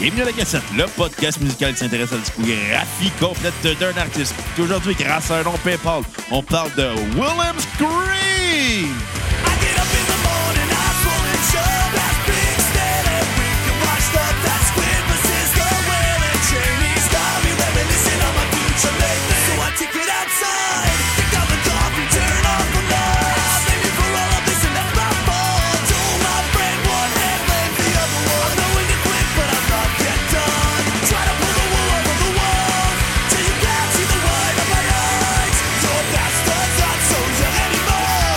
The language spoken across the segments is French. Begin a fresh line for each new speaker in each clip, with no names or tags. Bienvenue à la cassette, le podcast musical qui s'intéresse à la discographie complète d'un artiste. Puis aujourd'hui, grâce à un nom PayPal, on parle de William Scream.
I get up in the morning, I pull and shove that big steady. We can watch the past with my sister Will and Jamie's diary, reminiscing on my future lately. So I take it outside, pick up the coffee, turn off the lights. I'm aiming for all of this and that's my fault. Told my friend one and blame the other one. I'm knowing it quick, but I'm not yet done. Try to pull the wool over the world till you can't see the white of my eyes. Your past does not so young anymore.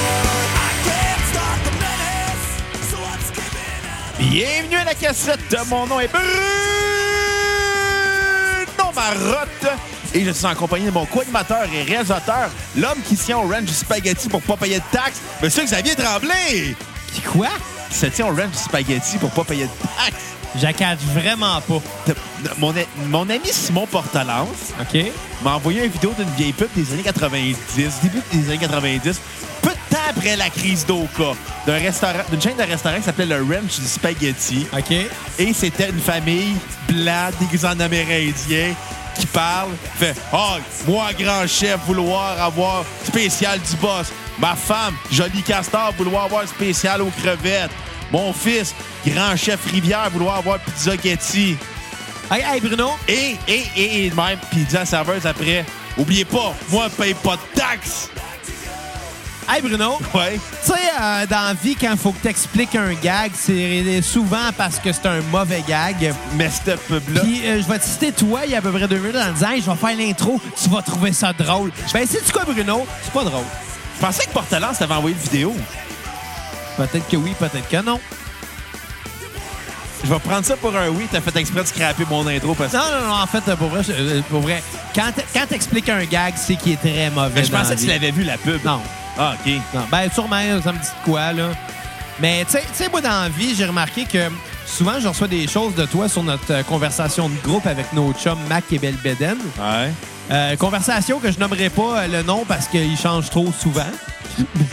I can't stop the menace, so I'm skipping out.
Bienvenue à la cassette, mon nom est Bruno Marotte. Et je suis en compagnie de mon co-animateur et réalisateur, l'homme qui tient au ranch du spaghetti pour pas payer de taxes, monsieur Xavier Tremblay.
Puis Quoi?
Il se tient au ranch du spaghetti pour pas payer de taxes.
J'accade vraiment pas.
T'as- Mon, a- mon ami Simon Portalance,
OK?
m'a envoyé une vidéo d'une vieille pub des années 90, début des années 90, peu de temps après la crise d'Oka, d'un restaurant, d'une chaîne de restaurants qui s'appelait le Ranch du Spaghetti.
OK?
Et c'était une famille blanche, déguisée en amérindien, qui parle, fait Oh, moi, grand chef, vouloir avoir spécial du boss. Ma femme, jolie castor, vouloir avoir spécial aux crevettes. Mon fils, grand chef rivière, vouloir avoir pizza Getty.
Hey, hey, Bruno!
Et, et, et, et même, puis il dit à la serveuse après, oubliez pas, moi, je paye pas de taxes.
Hey, Bruno!
Ouais.
Tu sais, euh, dans la vie, quand faut que t'expliques un gag, c'est souvent parce que c'est un mauvais gag.
Mais cette pub-là,
Puis euh, je vais te citer toi il y a à peu près deux minutes en disant Hey, je vais faire l'intro, tu vas trouver ça drôle. Ben, c'est quoi, Bruno? C'est pas drôle.
je pensais que Portalance t'avait envoyé une vidéo.
Peut-être que oui, peut-être que non.
Je vais prendre ça pour un oui, t'as fait exprès de scraper mon intro parce que.
Non, non, non, en fait, euh, pour vrai, je- euh, pour vrai quand t'- quand t'expliques un gag, c'est qu'il est très mauvais.
Mais je
dans la
pensais que tu
vie.
l'avais vu, la pub.
Non.
Ah, OK.
Non, ben, sûrement, ça me dit de quoi, là. Mais, tu sais- tu sais, moi, dans la vie, j'ai remarqué que souvent, je reçois des choses de toi sur notre euh, conversation de groupe avec nos chums Mac et Belbeden.
Ouais.
Euh, conversation que je nommerai pas euh, le nom parce qu'il change trop souvent.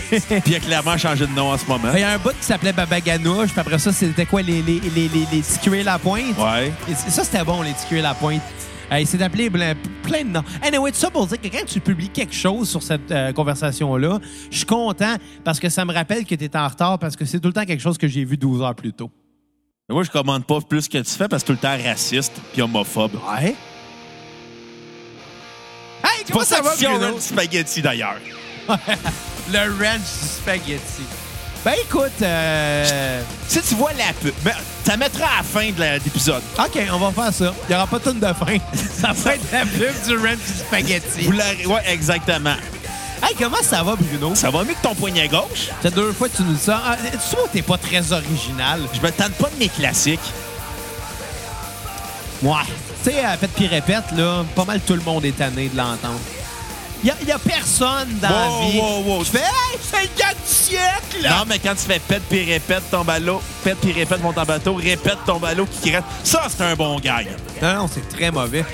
Puis il a clairement changé de nom en ce moment.
Il y a un bout qui s'appelait Babaganouche, puis après ça, c'était quoi, les, les, les, les, les petits cuirs la pointe?
Ouais.
Et c- Ça, c'était bon, les petits cuirs la pointe. Euh, il s'est appelé ble- plein de noms. Anyway, tout ça pour dire que quand tu publies quelque chose sur cette euh, conversation-là, je suis content parce que ça me rappelle que tu étais en retard parce que c'est tout le temps quelque chose que j'ai vu 12 heures plus tôt.
Mais moi, je commande pas plus que tu fais parce que c'est tout le temps raciste puis homophobe.
Ouais. Hey,
C'est
comment
pas
ça,
ça
va,
que si on a
Bruno?
du spaghetti, d'ailleurs.
Le ranch du spaghetti. Ben écoute, euh...
Si tu vois la pub, ben, ça mettra à la fin de la- de l'épisode.
OK, on va faire ça. Il n'y aura pas de tonne de fin. ça va être la pub du ranch du spaghetti.
Vous l'aurez- Ouais, exactement.
Hey, comment ça va, Bruno?
Ça va mieux que ton poignet gauche.
C'est deux fois que tu nous dis ça. Ah, tu sais, t'es pas très original.
Je me tente pas de mes classiques.
Ouais. Tu sais, à fait puis répète, là, pas mal tout le monde est tanné de l'entendre. Il y, a personne dans
Wow,
la vie
wow, wow.
qui fait Hey, c'est le gars du siècle! là!
Non, mais quand tu fais pète puis répète ton ballot, pète puis répète mon bateau, répète ton ballot qui reste, ça c'est un bon gag.
Non, non, c'est très mauvais.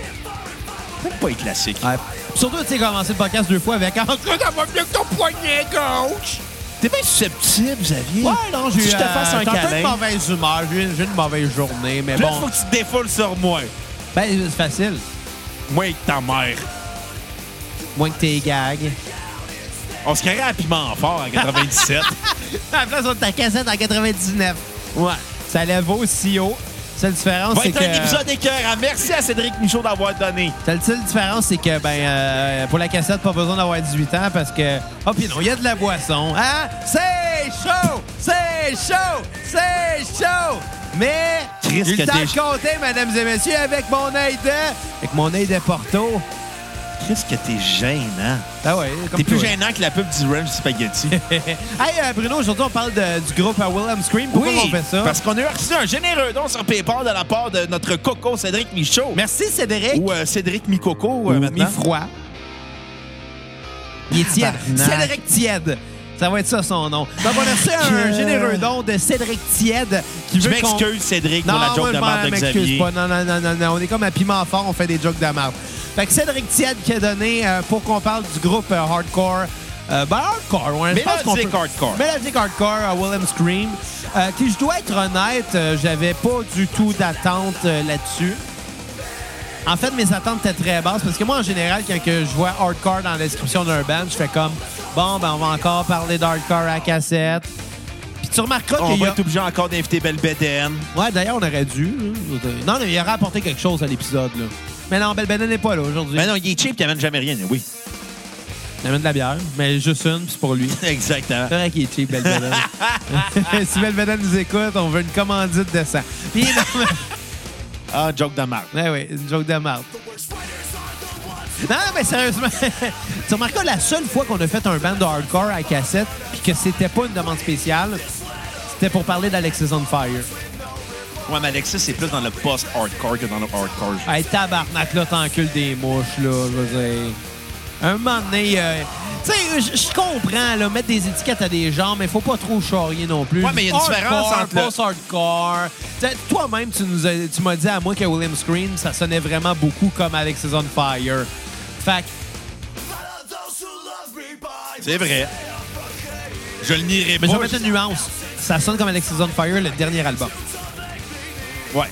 Même pas les classiques.
Ouais. Surtout, tu sais, commencer le podcast deux fois avec Encore, ça va mieux que ton poignet gauche!
T'es bien susceptible, Xavier.
Ouais, non, j'ai
Si
eu
je te
euh,
fasse un
j'ai peu de
câlin.
mauvaise humeur, j'ai eu j'ai eu une mauvaise journée, mais
Là,
bon.
faut que tu te défoules sur moi.
Ben, c'est facile.
Moi et ta mère.
Moins que tes gags.
On se carrait à piment fort en 97.
À la place, on ta cassette en 99.
ouais.
Ça lève aussi haut. Seule différence,
Va
c'est
être
que. euh,
un épisode écœurant. Merci à Cédric Michaud d'avoir donné.
La seule différence, c'est que ben euh, pour la cassette, pas besoin d'avoir 18 ans parce que. Oh, puis non, il y a de la boisson. Hein? C'est chaud! C'est chaud! C'est chaud! Mais.
Christ,
il
que
est temps
t'es-
de compter, mesdames et messieurs, avec mon aide. Avec mon aide de Porto.
Qu'est-ce que t'es gênant.
Ah ouais, comme
T'es plus
toi.
gênant que la pub du ranch spaghetti.
Hey, euh, Bruno, aujourd'hui, on parle de- du groupe à Willem Scream. Pourquoi on fait ça?
parce qu'on a reçu un généreux don sur PayPal de la part de notre coco Cédric Michaud.
Merci, Cédric.
Ou euh, Cédric Micoco euh,
Ou
maintenant.
mi-froid. Il est tiède.
Tabarnak.
Cédric Tiède. Ça va être ça son nom. Donc, on a reçu un
Que-
généreux don de Cédric Tiède qui
Je
veut qu'on-
m'excuse, Cédric,
Non,
pour la
moi,
joke
je
de
m'en-
marde de
m'excuse
Xavier.
pas. Non, non, non, non, non. On est comme à Piment Fort, on fait des jokes de marde. Fait que Cédric Tiède qui a donné euh, pour qu'on parle du groupe euh, hardcore euh, ben, hardcore. Ouais, je pense qu'on
Mélodique
peut-
hardcore.
Mélodique hardcore à Willem Scream. euh, qui, je dois être honnête, euh, j'avais pas du tout d'attente euh, là-dessus. En fait, mes attentes étaient très basses parce que moi, en général, quand que je vois hardcore dans la description d'un band, je fais comme bon, ben on va encore parler d'hardcore à cassette. Puis tu remarqueras
On
qu'il y
va
a...
être obligé encore d'inviter Belle Bédaine.
Ouais, d'ailleurs, on aurait dû. hein. Non, mais il aurait apporté quelque chose à l'épisode. là. Mais non, Belle Benet n'est pas là aujourd'hui.
Mais Ben non, il est cheap, il amène jamais rien. Oui,
Il amène de la bière, mais juste une, puis c'est pour lui.
exactement.
C'est vrai qu'il est cheap, Belle Bedaine. si Belle Bedaine nous écoute, on veut une commandite de sang. Puis non,
Ah, joke de marque.
mais... Ouais, ouais, une joke de marde. Non, non, mais sérieusement, tu remarqueras la seule fois qu'on a fait un band de hardcore à cassette, puis que c'était pas une demande spéciale, c'était pour parler d'Alexis on Fire.
Ouais, mais Alexis, c'est plus dans le post-hardcore que dans le hardcore.
Hey, tabarnak, là, t'encules des mouches, là, je veux dire. Un moment donné, euh, tu sais, je- je comprends, là, mettre des étiquettes à des gens, mais faut pas trop charrier non plus.
Ouais, mais il y a une
Hardcore,
différence entre le-
Post-hardcore. Tu sais, Toi-même, tu nous as- tu m'as dit à moi que William Scream, ça sonnait vraiment beaucoup comme Alex is on Fire. Fait que,
C'est vrai. Je le nierai
mais
pas.
je vais mettre une nuance. Ça sonne comme Alex is on Fire, le dernier album.
Ouais.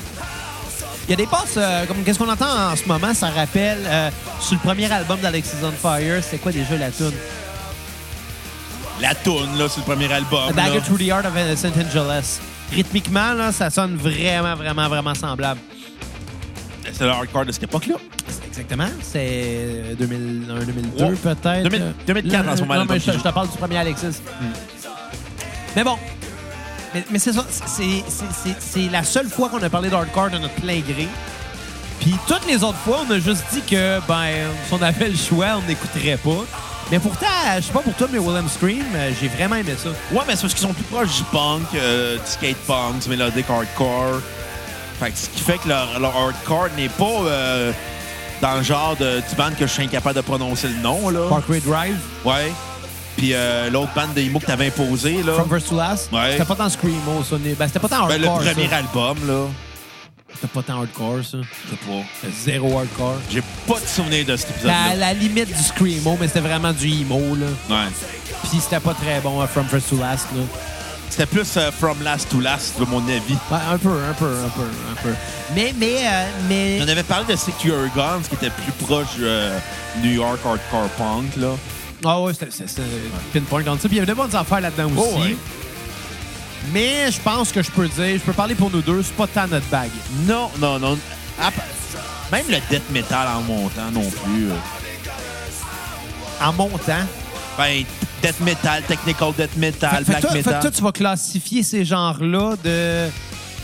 Il y a des passes, euh, comme qu'est-ce qu'on entend en ce moment, ça rappelle euh, sur le premier album d'Alexis on Fire, c'était quoi déjà la tune?
La toune, là, sur le premier album.
A Dagger
là.
Through the Heart of St. Angeles. Rythmiquement, là, ça sonne vraiment, vraiment, vraiment semblable.
C'est le hardcore de cette époque-là.
C'est Exactement. C'est euh, 2001, 2002,
Ouais.
peut-être.
2000 2004 en ce moment,
Non, mais
l'album
je,
qui
je te parle du premier Alexis.
Hmm.
Mais bon. Mais, mais c'est ça. C'est- c'est- c'est- C'est la seule fois qu'on a parlé d'hardcore de notre plein gré. Puis toutes les autres fois, on a juste dit que, ben, si on avait le choix, on n'écouterait pas. Mais pourtant, je sais pas pour toi, mais Willem Scream, euh, j'ai vraiment aimé ça.
Ouais, mais c'est parce qu'ils sont plus proches du punk, euh, du skate punk, du mélodique hardcore. Fait que ce qui fait que leur, leur hardcore n'est pas euh, dans le genre de, du band que je suis incapable de prononcer le nom, là.
Parkway Drive,
Ouais. Puis euh, l'autre band de Imo que t'avais imposé, là.
From First to Last.
Ouais.
C'était pas tant Screamo, ça. mais- Ben, c'était pas tant
Ben, le
hardcore.
premier
ça.
album, là.
C'était pas tant hardcore, ça.
Je sais pas.
C'était zéro hardcore.
J'ai pas de souvenir de cet
La,
épisode-là.
la limite du Screamo, mais c'était vraiment du emo, là.
Ouais.
Puis c'était pas très bon, euh, From First to Last, là.
C'était plus euh, From Last to Last, de mon avis.
Ouais, Ben, un peu, un peu, un peu, un peu. Mais, mais, euh, mais.
J'en avais parlé de Secure Guns, qui était plus proche euh, New York hardcore punk, là.
Ah ouais, c'était c'était- c'était pinpoint comme ça. Puis il y avait de bonnes affaires là-dedans aussi.
Oh, ouais.
Mais je pense que je peux dire, je peux parler pour nous deux, c'est pas tant notre bague.
Non, non, non. À pa- Même le death metal en montant non plus. euh.
En montant,
Ben, death metal, technical death metal,
Fait- fait
black
toi- fait
metal.
toi, tu vas classifier ces genres-là de.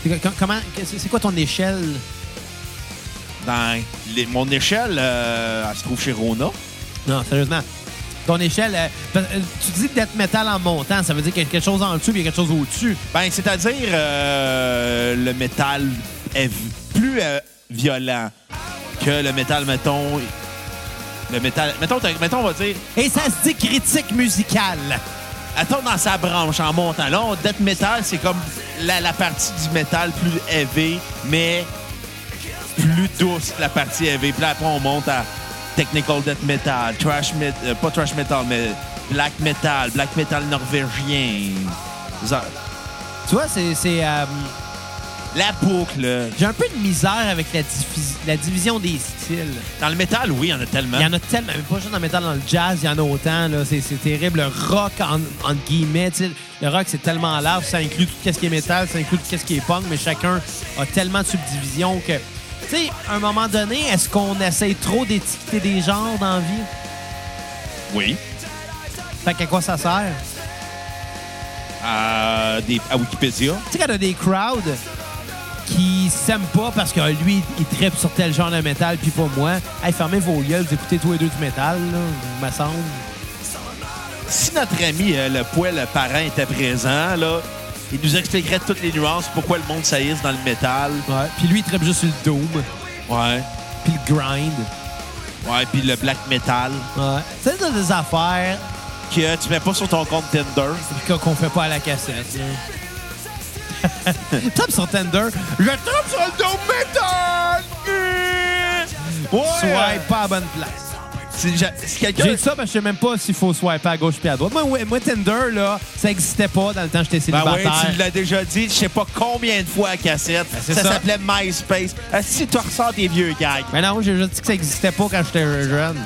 c'est co- Comment, que- c'est c'est quoi ton échelle?
Dans les- mon échelle, euh, elle se trouve chez Rona.
Non, sérieusement. Ton échelle, euh, fa- euh, tu dis death metal en montant, ça veut dire qu'il y a quelque chose en dessous et quelque chose au-dessus.
Ben, c'est-à-dire euh, le métal est v- plus euh, violent que le métal, mettons. Le métal. Mettons, t'as- mettons, on va dire.
Et ça se dit critique musicale.
Attends dans sa branche en montant. Là, on- death metal, c'est comme la, la partie du métal plus heavy, mais plus douce que la partie heavy. Puis là, après, on monte à technical death metal, trash metal, pas trash metal, mais black metal, black metal norvégien. Ça-
Tu vois, c'est. c'est, euh,
La boucle.
J'ai un peu de misère avec la, diffi- la division des styles.
Dans le métal, oui, il y en a tellement.
Il y en a tellement, mais pas juste dans le métal, dans le jazz, il y en a autant. là. C'est c'est terrible. Le rock, en, entre guillemets, tu sais, le rock, c'est tellement large. Ça inclut tout ce qui est métal, ça inclut tout ce qui est punk, mais chacun a tellement de subdivisions que... Tu sais, à un moment donné, est-ce qu'on essaye trop d'étiqueter des genres dans la vie?
Oui.
Fait qu'à quoi ça sert?
À, Euh, des, à Wikipédia.
Tu sais, quand t'as des crowds qui s'aiment pas parce que ah, lui, il tripe sur tel genre de métal, puis pas moi, hey, fermez vos gueules, écoutez tous les deux du métal, là, me semble.
Si notre ami, euh, le poêle parent, était présent, là, il nous expliquerait toutes les nuances, pourquoi le monde saillisse dans le métal.
Ouais. Puis lui, il tripe juste sur le doom,
Ouais.
puis le grind.
Ouais, puis le black metal
Ouais. C'est des affaires
que tu mets pas sur ton compte Tinder.
qu'on- qu'on fait pas à la cassette. Top sur Tinder, je tape sur le doom métal!
Ouais.
Swipe pas à bonne place.
C'est- j'a- Si quelqu'un.
J'ai dit ça parce que je sais même pas s'il faut swiper à gauche puis à droite. Moi, ouais, moi Tinder, là, ça n'existait pas dans le temps que j'étais
Ben ouais,
célibataire.
tu l'as déjà dit, je sais pas combien de fois à cassette.
Ben, c'est
ça
ça.
s'appelait MySpace. Ah, Si tu ressors des vieux gags,
mais non, j'ai juste dit que ça n'existait pas quand j'étais jeune.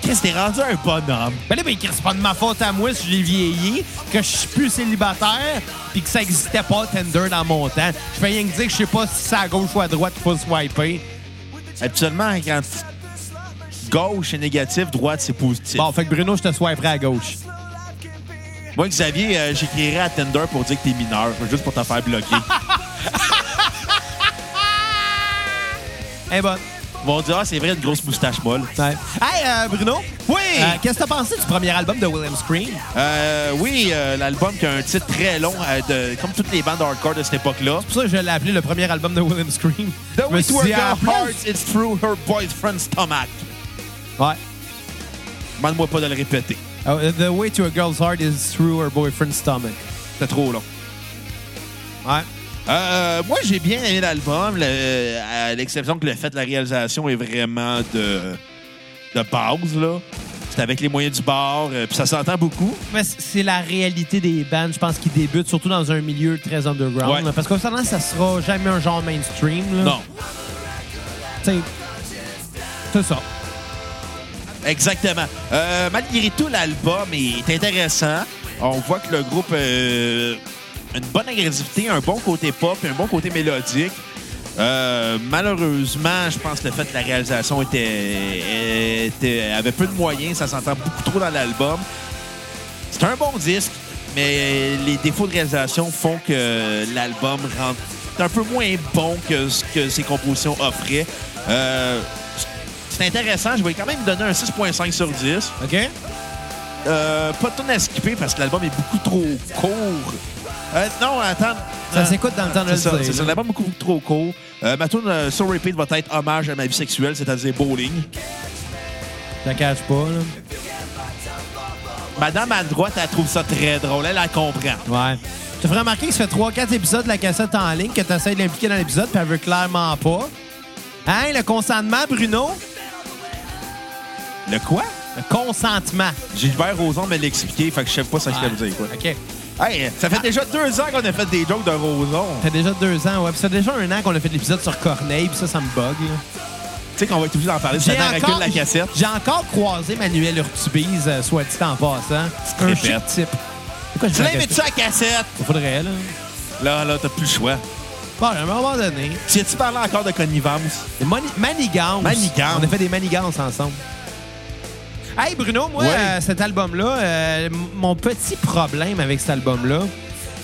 qu'est-ce que t'es rendu un bonhomme?
Ben là, ben, Chris, c'est pas de ma faute à moi si j'ai vieilli, que je suis plus célibataire, puis que ça n'existait pas Tinder dans mon temps. Je fais rien que dire que je sais pas si c'est à gauche ou à droite qu'il faut swiper.
Habituellement, quand tu- gauche est négatif, droite c'est positif.
Bon, fait que Bruno, je te swiperai à gauche.
Moi, Xavier, euh, j'écrirai à Tinder pour dire que t'es mineur, juste pour te faire bloquer.
Eh ben,
Ils vont dire, ah, c'est vrai, une grosse moustache molle.
ouais. Hey, euh, Bruno,
Oui!
euh, qu'est-ce que t'as pensé du premier album de William Scream?
Euh, oui, euh, l'album qui a un titre très long, euh, de- comme toutes les bandes hardcore de cette époque-là.
C'est pour ça que je l'ai appelé le premier album de William Scream.
The
Je me
way
suis
to her
dit, ah,
heart is through her boyfriend's stomach.
Ouais.
Demande-moi pas de le répéter.
Oh, the way to a girl's heart is through her boyfriend's stomach.
C'est trop long.
Ouais.
Euh, moi, j'ai bien aimé l'album, le- à l'exception que le fait de la réalisation est vraiment de, de base. là. C'est avec les moyens du bord, euh, puis ça s'entend beaucoup.
Mais c- c'est la réalité des bands, je pense, qui débutent, surtout dans un milieu très underground.
Ouais.
là, parce que ça, ça sera jamais un genre mainstream. Là.
Non,
Tu sais, C'est ça.
exactement. Euh, malgré tout, l'album est intéressant. On voit que le groupe euh, a une bonne agressivité, un bon côté pop, un bon côté mélodique. Euh, malheureusement, je pense que le fait que la réalisation était, était- avait peu de moyens, ça s'entend beaucoup trop dans l'album. C'est un bon disque, mais les défauts de réalisation font que l'album rentre c'est un peu moins bon que ce que ses compositions offraient. Euh, c'est intéressant, je vais quand même donner un 6.5 sur 10.
OK?
Euh, pas de tonne à skipper parce que l'album est beaucoup trop court. Euh, non, attends.
Ça
Euh,
s'écoute dans le temps de le
c'est ça,
dire,
C'est
là.
ça, l'album est beaucoup trop court. Euh, ma tune euh, sur repeat va être hommage à ma vie sexuelle, c'est-à-dire bowling.
Je la cache pas, là.
Madame à droite, elle trouve ça très drôle. Elle la comprend.
Ouais. Tu ferais remarquer que ça fait 3-4 épisodes de la cassette en ligne que tu essaies de l'impliquer dans l'épisode, puis elle veut clairement pas. Hein, le consentement, Bruno?
Le quoi?
Le consentement.
Gilbert Rozon me l'a expliqué, fait que je sais pas ce que ça veut dire. Quoi.
OK.
Ah, Hey, ça fait déjà deux ans qu'on a fait des jokes de Roson.
Ça fait déjà deux ans, ouais. Puis ça fait déjà un an qu'on a fait l'épisode sur Corneille, puis ça, ça me bug, là.
Tu sais qu'on va être obligé d'en parler, c'est dans recul de la cassette.
j'ai encore croisé Manuel Urtubise, euh, soit dit en passant. Un
répète.
chic type. Pourquoi je
Tu
me
l'as
répète
mis-tu à la cassette?
pas? Faudrait, là.
Là, là, t'as plus le choix.
Bon, à un moment donné,
Tu as-tu parlé encore de connivence?
des mani- manigances.
Manigances.
On a fait des manigances ensemble. Hey Bruno, moi,
Ouais.
euh, cet album-là, euh, m- mon petit problème avec cet album-là,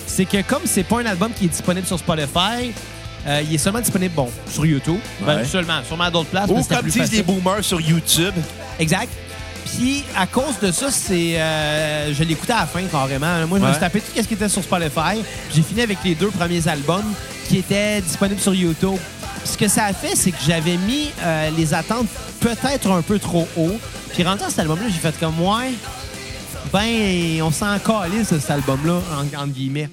c'est que comme c'est pas un album qui est disponible sur Spotify, euh, il est seulement disponible, bon, sur YouTube. Ben,
Ouais.
seulement, sûrement à d'autres places. mais
Ou
c'était
comme
plus
disent
facile.
les boomers sur YouTube.
Exact. Puis à cause de ça, c'est euh, je l'écoutais à la fin carrément. Moi, je me
Ouais.
suis tapé tout ce qui était sur Spotify. J'ai fini avec les deux premiers albums qui étaient disponibles sur YouTube. Puis ce que ça a fait, c'est que j'avais mis euh, les attentes peut-être un peu trop haut. Puis rentrant à cet album-là, j'ai fait comme ouais, ben on s'en calisse de cet album-là en- entre guillemets.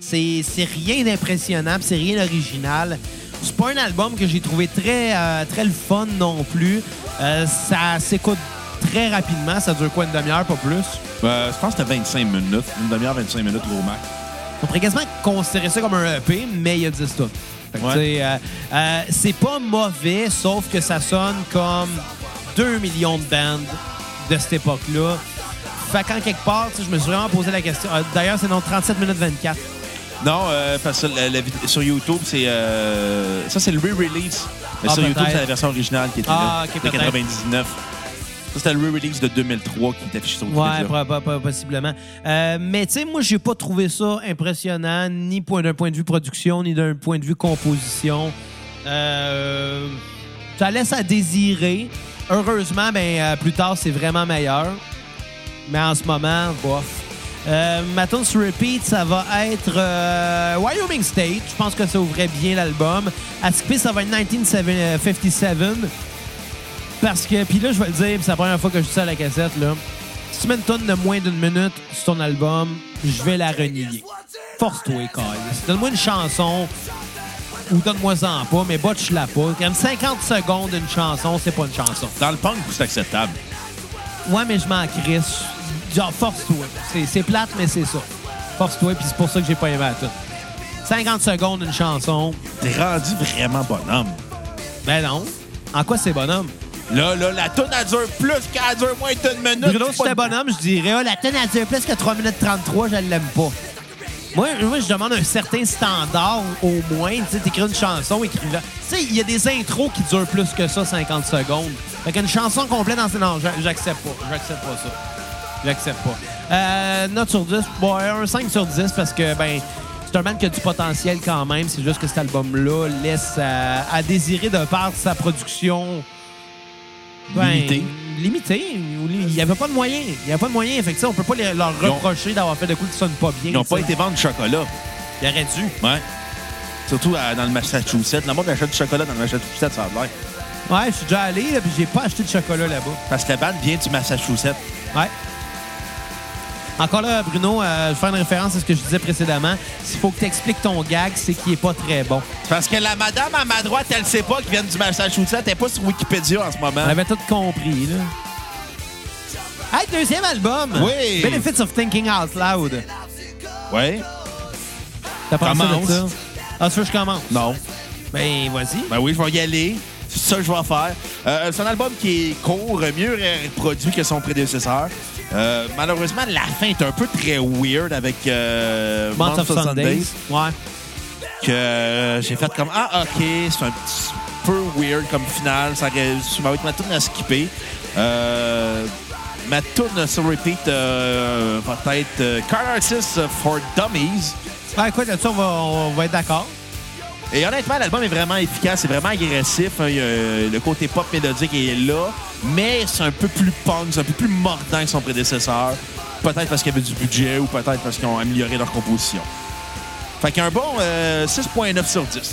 C'est c'est rien d'impressionnant, puis c'est rien d'original. C'est pas un album que j'ai trouvé très, euh, très le fun non plus. Euh, ça s'écoute très rapidement. Ça dure quoi, une demi-heure, pas plus?
Euh, je pense que c'était 25 minutes. Une demi-heure, 25 minutes, gros max.
On pourrait quasiment considérer ça comme un EP, mais il y a 10 tunes. Fait que,
Ouais.
tu sais, euh, euh, c'est pas mauvais, sauf que ça sonne comme 2 millions de bandes de cette époque-là. Fait qu'en quelque part, tu sais, je me suis vraiment posé la question. Euh, D'ailleurs, c'est non 37 minutes 24.
Non, euh, parce que la- la vid- sur YouTube, c'est. euh, ça, c'est le re-release. Mais
Ah,
sur YouTube,
peut-être.
c'est la version originale qui était
Ah,
là,
ok,
de
peut-être.
99. Ça, c'était le re-release de 2003 qui était affiché sur YouTube.
Ouais, proba- proba- possiblement. Euh, mais tu sais, moi, j'ai pas trouvé ça impressionnant, ni point- d'un point de vue production, ni d'un point de vue composition. Euh, ça laisse à désirer. Heureusement, ben, euh, plus tard, c'est vraiment meilleur. Mais en ce moment, bof. Euh, ma tune sur repeat, ça va être euh, Wyoming State. Je pense que ça ouvrait bien l'album. À skipper, ça va être euh, 1957. Parce que, puis là, je vais le dire, puis c'est la première fois que je dis ça à la cassette, là. Si tu mets une tonne de moins d'une minute sur ton album, je vais la renier. Force-toi, Kyle. Donne-moi une chanson ou donne-moi-en pas, mais botche-la pas. Comme 50 secondes d'une chanson, c'est pas une chanson.
Dans le punk, c'est acceptable.
Ouais, mais je m'en crisse. Genre, force-toi. C'est- C'est plate, mais c'est ça. Force-toi, puis c'est pour ça que j'ai pas aimé à tout. 50 secondes d'une chanson,
T'es rendu vraiment bonhomme.
ben non. En quoi c'est bonhomme?
Là, là, la toune, elle dure plus qu'elle dure moins d'une minute.
Bruno, si
C'est
j'étais
pas-
bonhomme, je dirais, Ah, la tonne a duré plus que 3 minutes 33, je l'aime pas. Moi, moi, je demande un certain standard, au moins. Tu sais, t'écris une chanson, écris-la. Tu sais, il y a des intros qui durent plus que ça, 50 secondes. Fait qu'une chanson complète dans... Non, j'a- j'accepte pas. J'accepte pas ça. J'accepte pas. Euh, note sur 10, bon, un 5 sur 10 parce que, ben, c'est un man qui a du potentiel quand même. C'est juste que cet album-là laisse à, à désirer de par sa production. Ben,
Limitée.
Limité. Il n'y avait pas de moyen. Il n'y avait pas de moyen. Fait que, tu sais, on peut pas les- leur
Ils ont-
reprocher d'avoir fait de coups qui sonnent pas bien.
Ils n'ont pas
tu sais.
été vendre du chocolat.
Ils auraient dû.
Ouais. Surtout à- dans le Massachusetts. Le monde achète du chocolat dans le Massachusetts, ça a l'air.
Ouais, je suis déjà allé, là, puis j'ai pas acheté de chocolat là-bas.
Parce que la bande vient du Massachusetts.
Ouais. Encore là, Bruno, euh, je vais faire une référence à ce que je disais précédemment. S'il faut que tu expliques ton gag, c'est qu'il est pas très bon.
Parce que la madame à ma droite, elle sait pas qu'ils viennent du Massachusetts. Elle n'est pas sur Wikipédia en ce moment.
On avait tout compris, là. Hey, deuxième album!
Oui.
Benefits of Thinking Out Loud.
Ouais?
T'as pensé de
Commence.
ça? Ah, tu veux que je commence?
Non.
Ben, vas-y.
Ben oui, je vais y aller. C'est ça que je vais faire. Euh, c'est un album qui est court, mieux ré- produit que son prédécesseur. Euh, malheureusement, la fin est un peu très weird avec euh,
Month of Sundays. Ouais.
que euh, j'ai fait comme Ah, OK, c'est un petit peu weird comme finale. Ça aurait- je m'avais ma tourne à skipper. Euh, ma tourne sur repeat euh, va être euh, Car Artist for Dummies.
Ben, écoute, là-dessus, on va, on va être d'accord.
Et honnêtement, l'album est vraiment efficace, c'est vraiment agressif. hein, il y a- le côté pop mélodique est là, mais c'est un peu plus punk, c'est un peu plus mordant que son prédécesseur. Peut-être parce qu'il y avait du budget ou peut-être parce qu'ils ont amélioré leur composition. Fait qu'un bon euh, 6.9 sur 10.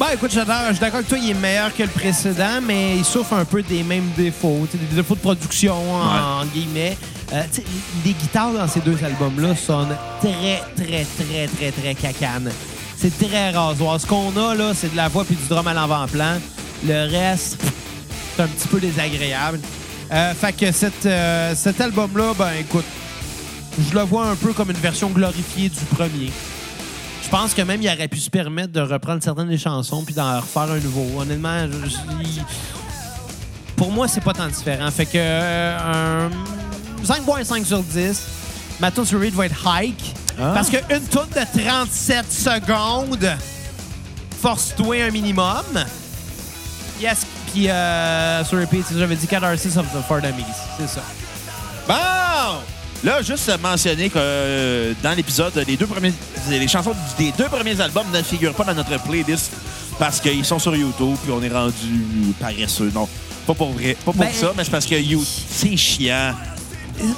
Ben, écoute, j'adore. Je suis d'accord que toi, il est meilleur que le précédent, mais il souffre un peu des mêmes défauts. tu sais, Des défauts de production, en, en guillemets. Euh, tu sais, les guitares dans ces deux albums-là sonnent très, très, très, très, très cacanes. C'est très rasoir. Ce qu'on a, là, c'est de la voix puis du drum à l'avant-plan. Le reste, c'est un petit peu désagréable. Euh, fait que cette, euh, cet album-là, ben écoute, je le vois un peu comme une version glorifiée du premier. Je pense que même il aurait pu se permettre de reprendre certaines des chansons puis d'en refaire un nouveau. Honnêtement, je- je- il- pour moi, c'est pas tant différent. Fait que euh, un 5.5 sur 10. Ma tune sur Read va être Hike.
Ah.
Parce qu'une tune de 37 secondes, force-toi un minimum. Yes, puis euh, sur repeat, c'est ça, j'avais dit Catarsis of the Four Dummies. C'est ça.
Bon! Là, juste mentionner que euh, dans l'épisode, les deux premiers, les chansons des deux premiers albums ne figurent pas dans notre playlist parce qu'ils sont sur YouTube puis on est rendu paresseux. Non, pas pour vrai, pas pour
Ben-
ça, mais c'est parce que You- c'est chiant.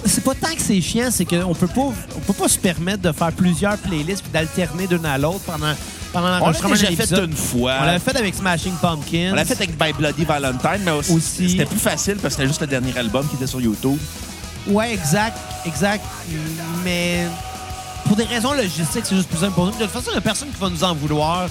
C'est pas tant que c'est chiant, c'est qu'on peut pas, on peut pas se permettre de faire plusieurs playlists puis d'alterner d'une à l'autre pendant, pendant
Ah, On l'a
l'enregistrement
déjà
d'un
fait
épisode.
une fois.
On l'avait fait avec Smashing Pumpkins.
On l'a fait avec By Bloody Valentine, mais aussi,
Aussi.
c'était plus facile parce que c'était juste le dernier album qui était sur YouTube.
Ouais, exact, exact. Mais pour des raisons logistiques, c'est juste plus simple pour nous. De toute façon, il n'y a personne qui va nous en vouloir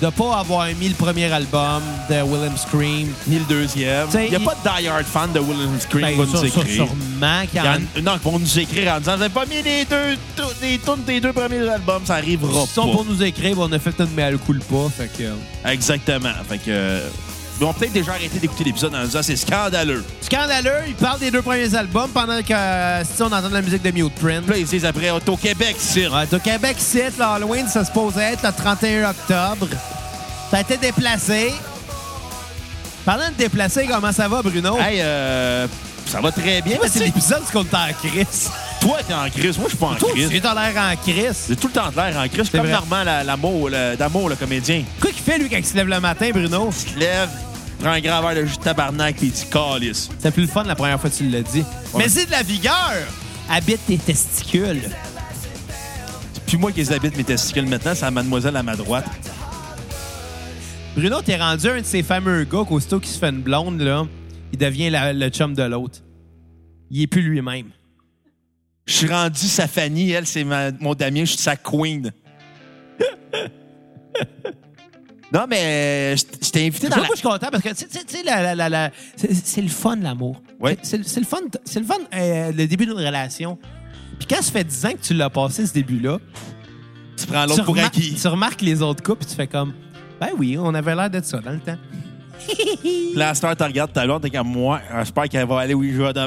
de pas avoir aimé le premier album de Willem Scream.
Ni le deuxième.
T'sais,
Il n'y a
il-
pas de Die Hard fan de William Scream qui
Ben,
va
ça-
nous
ça,
écrire.
sûrement qu'il y
Il y
en-
en- non, ils vont nous écrire en disant Vous avez pas mis les deux tou- les tunes des deux premiers albums, ça arrivera
Ils sont
pas.
pour nous écrire, ben, on a fait une mais elle coule pas. Fait que...
Exactement. Fait que. euh, Ils vont peut-être déjà arrêter d'écouter l'épisode en disant c'est scandaleux.
Scandaleux, ils parlent des deux premiers albums pendant que euh, si on entend de la musique de Mute Print.
Puis Là, ils disent après Auto-Québec, c'est.
Ouais, de Québec, c'est l'Halloween, ça se posait être le 31 octobre. Ça a été déplacé. Parlant de déplacé, comment ça va, Bruno?
Hey, euh, ça va très bien.
Moi,
Mais
c'est
tu sais,
l'épisode qu'on est en crise.
toi, t'es en crise. Moi, je suis pas en
Toi,
crise.
tu t'as l'air en crise.
J'ai tout le temps de l'air en crise. Je suis
C'est
comme
vrai.
Normand la- l'amour, le- d'amour, le comédien.
Quoi qu'il fait, lui, quand il se lève le matin, Bruno?
Il se lève, prend un grand verre de jus de tabarnak puis il dit calice.
C'était plus le fun la première fois que tu l'as dit. Mais c'est de la vigueur! Habite tes testicules.
Puis moi qui les habite mes testicules maintenant, c'est la mademoiselle à ma droite.
Bruno, t'es rendu un de ces fameux gars qu'aussitôt qu'il se fait une blonde, là, il devient la- le chum de l'autre. Il est plus lui-même.
Je suis rendu sa Fanny, elle, c'est ma- mon Damien, je suis sa queen. Non, mais euh, je je t'ai invité
Tu
dans
vois,
la...
moi, je suis content parce que, tu sais- tu sais- tu sais, la- la- la- la- c'est- c'est le fun, l'amour.
Ouais.
C'est c'est le fun, c'est le fun euh, le début d'une relation. Puis quand ça fait 10 ans que tu l'as passé, ce début-là,
Tu prends
tu,
l'autre pour
remar-
acquis.
tu remarques les autres couples et tu fais comme, ben oui, on avait l'air d'être ça dans le temps.
La star, tu regardes ta blonde, t'es comme moi. euh, J'espère qu'elle va aller où il joue demain.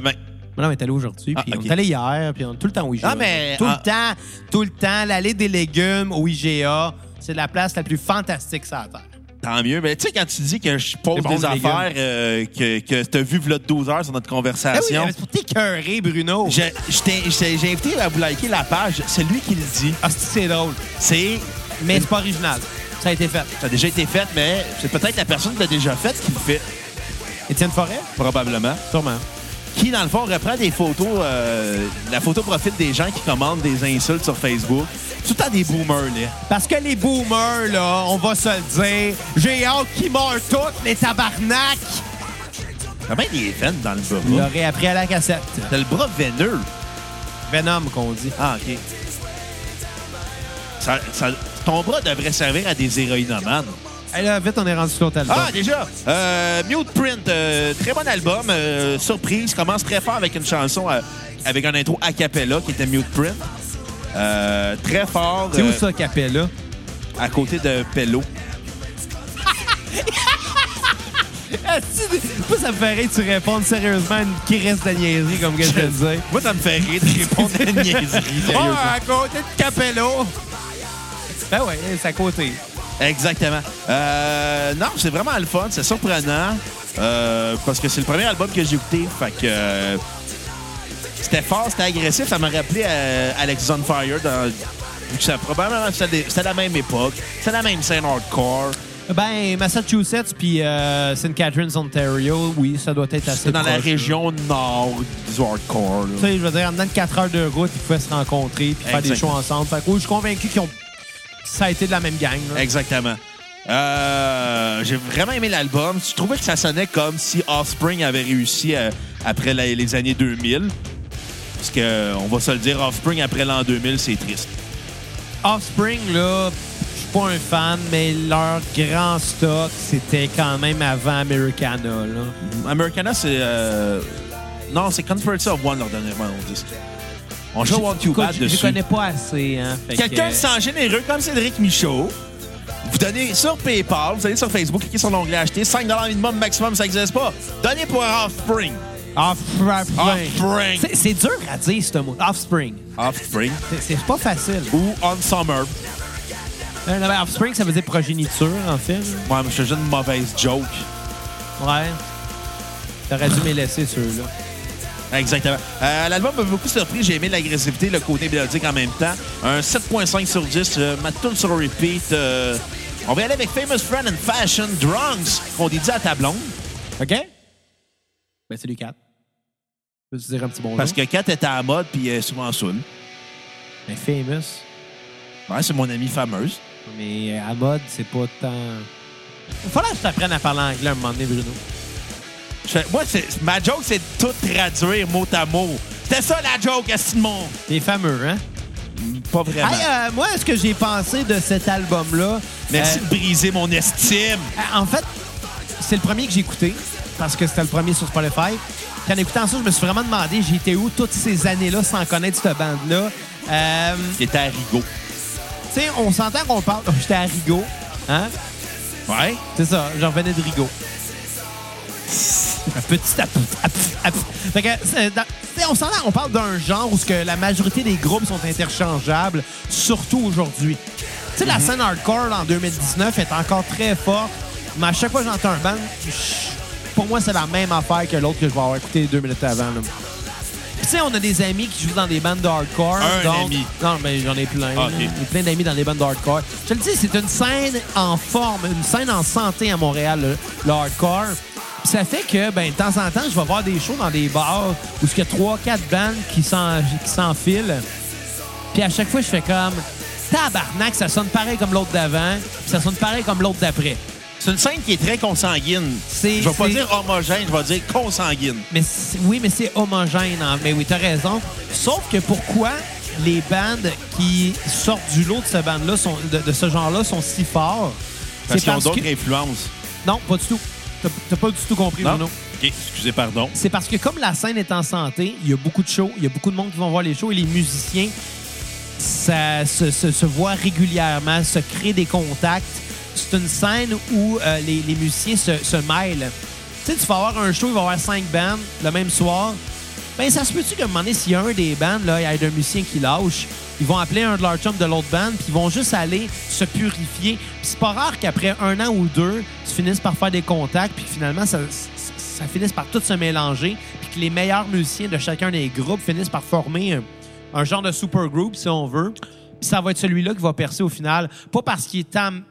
Mais non, on est allé aujourd'hui, puis
Ah,
on
ok.
est allé hier, puis on tout le temps au IGA.
Ah, mais-
Tout
ah.
le temps, tout le temps, l'allée des légumes au IGA, c'est la place la plus fantastique sur la Terre.
Tant mieux. Mais tu sais, quand tu dis que je pose
C'est bon,
des
les légumes.
affaires euh, que, que tu as vu v'là 12 heures sur notre
Ah oui,
conversation,
mais c'est pour t'écœurer, Bruno.
je- je t'ai- j'ai j'ai invité à vous liker la page. C'est lui qui le dit.
Ah, c'est- c'est drôle.
C'est.
Mais c'est pas original. Ça a été fait.
Ça a déjà été fait, mais c'est peut-être la personne qui l'a déjà fait qui le fait,
Étienne Forêt?
probablement.
Sûrement.
Qui, dans le fond, reprend des photos, euh, la photo profil des gens qui commandent des insultes sur Facebook. Tout le temps des boomers, là.
Parce que les boomers, là, on va se le dire, j'ai hâte qu'ils meurent tous, les tabarnak!
T'as bien des veines dans le bras.
Vous l'aurez appris à la cassette.
T'as le bras veineux.
Venom, qu'on dit.
Ah, OK. Ça, ça- ton bras devrait servir à des héroïnomanes.
Hey, là, vite, on est rendu sur l'autre album.
Ah, déjà! Euh, Mute Print, euh, très bon album. euh, surprise, commence très fort avec une chanson, euh, avec un intro a cappella qui était Mute Print. Euh, très fort
c'est où
euh,
ça, Capella?
à côté de Pello.
Ah, si, Moi, ça me ferait que tu répondes sérieusement à une crise de niaiserie comme que je te le disais.
Moi, ça me fait rire de répondre à une niaiserie. sérieusement.
à côté de Capello! Ben ouais, c'est à côté.
Exactement. Euh, non, c'est vraiment le fun, c'est surprenant. euh, parce que c'est le premier album que j'ai écouté. Fait que. euh, c'était fort, c'était agressif. Ça m'a rappelé euh, Alex on Fire. Dans, vu que ça, probablement, c'était c'était la même époque. C'était la même scène hardcore.
Ben, Massachusetts puis euh, St. Catharines, Ontario, oui, ça doit être assez
C'était dans la
proche, hein. là.
région nord du hardcore.
Tu
là.
sais, je veux dire, en dedans de 4 heures de route, ils pouvaient se rencontrer puis faire des
Exactement.
shows ensemble. Fait que oui, je suis convaincu qu'ils ont. Ça a été de la même gang. là.
Exactement. Euh, j'ai vraiment aimé l'album. Je trouvais que ça sonnait comme si Offspring avait réussi euh, après la- les années 2000. Parce que, euh, on va se le dire, Offspring après l'an 2000, c'est triste.
Offspring, là, je suis pas un fan, mais leur grand stock, c'était quand même avant Americana. Là.
Americana, c'est. euh, Non, c'est Conference of One, leur dernier on disque. On joue Walk You
Écoute,
Bad
je- Je
dessus.
connais pas assez. Hein, fait
Quelqu'un
que-
qui sent généreux comme Cédric Michaud. Vous donnez sur PayPal, vous allez sur Facebook, cliquez sur l'onglet acheter. 5 minimum, maximum, ça n'existe pas. Donnez pour Offspring.
Offspring.
Offspring.
C'est- C'est dur à dire, ce mot. Offspring.
Offspring.
C'est- C'est pas facile.
Ou On Summer.
Euh, non, mais offspring, ça veut dire progéniture, en fait.
Ouais, mais je fais juste une mauvaise joke.
Ouais. T'aurais dû me laisser, ceux-là.
Exactement. Euh, L'album m'a beaucoup surpris. J'ai aimé l'agressivité, le côté mélodique en même temps. Un 7.5 sur 10. euh, ma tune sur repeat. euh, on va y aller avec Famous Friend and Fashion Drunks qu'on dédie à ta blonde.
OK? Ben, salut, Kat. Peux-tu dire un petit bonjour?
Parce que Kat était à la mode puis elle est souvent saoule.
Ben, famous.
Ouais, c'est mon amie fameuse.
Mais euh, à mode, c'est pas tant. Il faudrait que je t'apprenne à parler anglais à un moment donné, Bruno.
Je fais- moi, c'est- ma joke, c'est de tout traduire mot à mot. C'était ça la joke, Estimon.
T'es fameux, hein?
Pas vraiment.
Hey, euh, moi, ce que j'ai pensé de cet album-là.
Merci
euh,
de briser mon estime.
En fait, c'est le premier que j'ai écouté parce que c'était le premier sur Spotify. Puis en écoutant ça, je me suis vraiment demandé j'étais où toutes ces années-là sans connaître cette bande-là. Euh,
C'était à Rigaud.
tu sais, on s'entend qu'on parle. J'étais à Rigaud. Hein?
Ouais.
C'est ça, je revenais de Rigaud. Un petit ap- ap- ap- Fait que, c'est dans- tu sais, on s'entend, on parle d'un genre où ce que la majorité des groupes sont interchangeables, surtout aujourd'hui. Tu sais, la
Mhm.
scène hardcore en 2019 est encore très forte, mais à chaque fois que j'entends un band, je- pour moi, c'est la même affaire que l'autre que je vais avoir écouté deux minutes avant. là. Puis, Tu sais, on a des amis qui jouent dans des bandes de hardcore.
Un
donc-
ami.
Non, mais j'en ai plein.
Ah,
là.
ok.
J'ai plein d'amis dans des bandes de hardcore. Je te le dis, c'est une scène en forme, une scène en santé à Montréal, le, le hardcore. Puis ça fait que, ben, de temps en temps, je vais voir des shows dans des bars où il y a trois, quatre bandes qui s'en- qui s'enfilent. Puis à chaque fois, je fais comme tabarnak, ça sonne pareil comme l'autre d'avant, puis ça sonne pareil comme l'autre d'après.
C'est une scène qui est très consanguine.
C'est-
je vais pas
c'est-
dire homogène, je vais dire consanguine.
Mais c'est- oui, mais c'est homogène. hein. Mais oui, t'as raison. Sauf que pourquoi les bandes qui sortent du lot de ce band-là, sont- de, de ce genre-là, sont si forts?
Parce qu'ils ont
parce
d'autres
que-
influences.
Non, pas du tout. T'as- T'as pas du tout compris,
Non?
Bruno.
OK, excusez, pardon.
C'est parce que comme la scène est en santé, il y a beaucoup de shows, il y a beaucoup de monde qui vont voir les shows et les musiciens ça se, se- se voit régulièrement, se crée des contacts. C'est une scène où euh, les, les musiciens se, se mêlent. Tu sais, tu vas avoir un show, il va y avoir cinq bandes le même soir. Ben, ça se peut-tu qu'à un moment donné, s'il y a un des bandes, là, il y a un musicien qui lâche, ils vont appeler un de leurs chums de l'autre bande, puis ils vont juste aller se purifier. Puis c'est pas rare qu'après un an ou deux, tu finisses par faire des contacts, puis finalement, ça, ça, ça finisse par tout se mélanger, puis que les meilleurs musiciens de chacun des groupes finissent par former un, un genre de super group, si on veut. Puis ça va être celui-là qui va percer au final. Pas parce qu'il est am-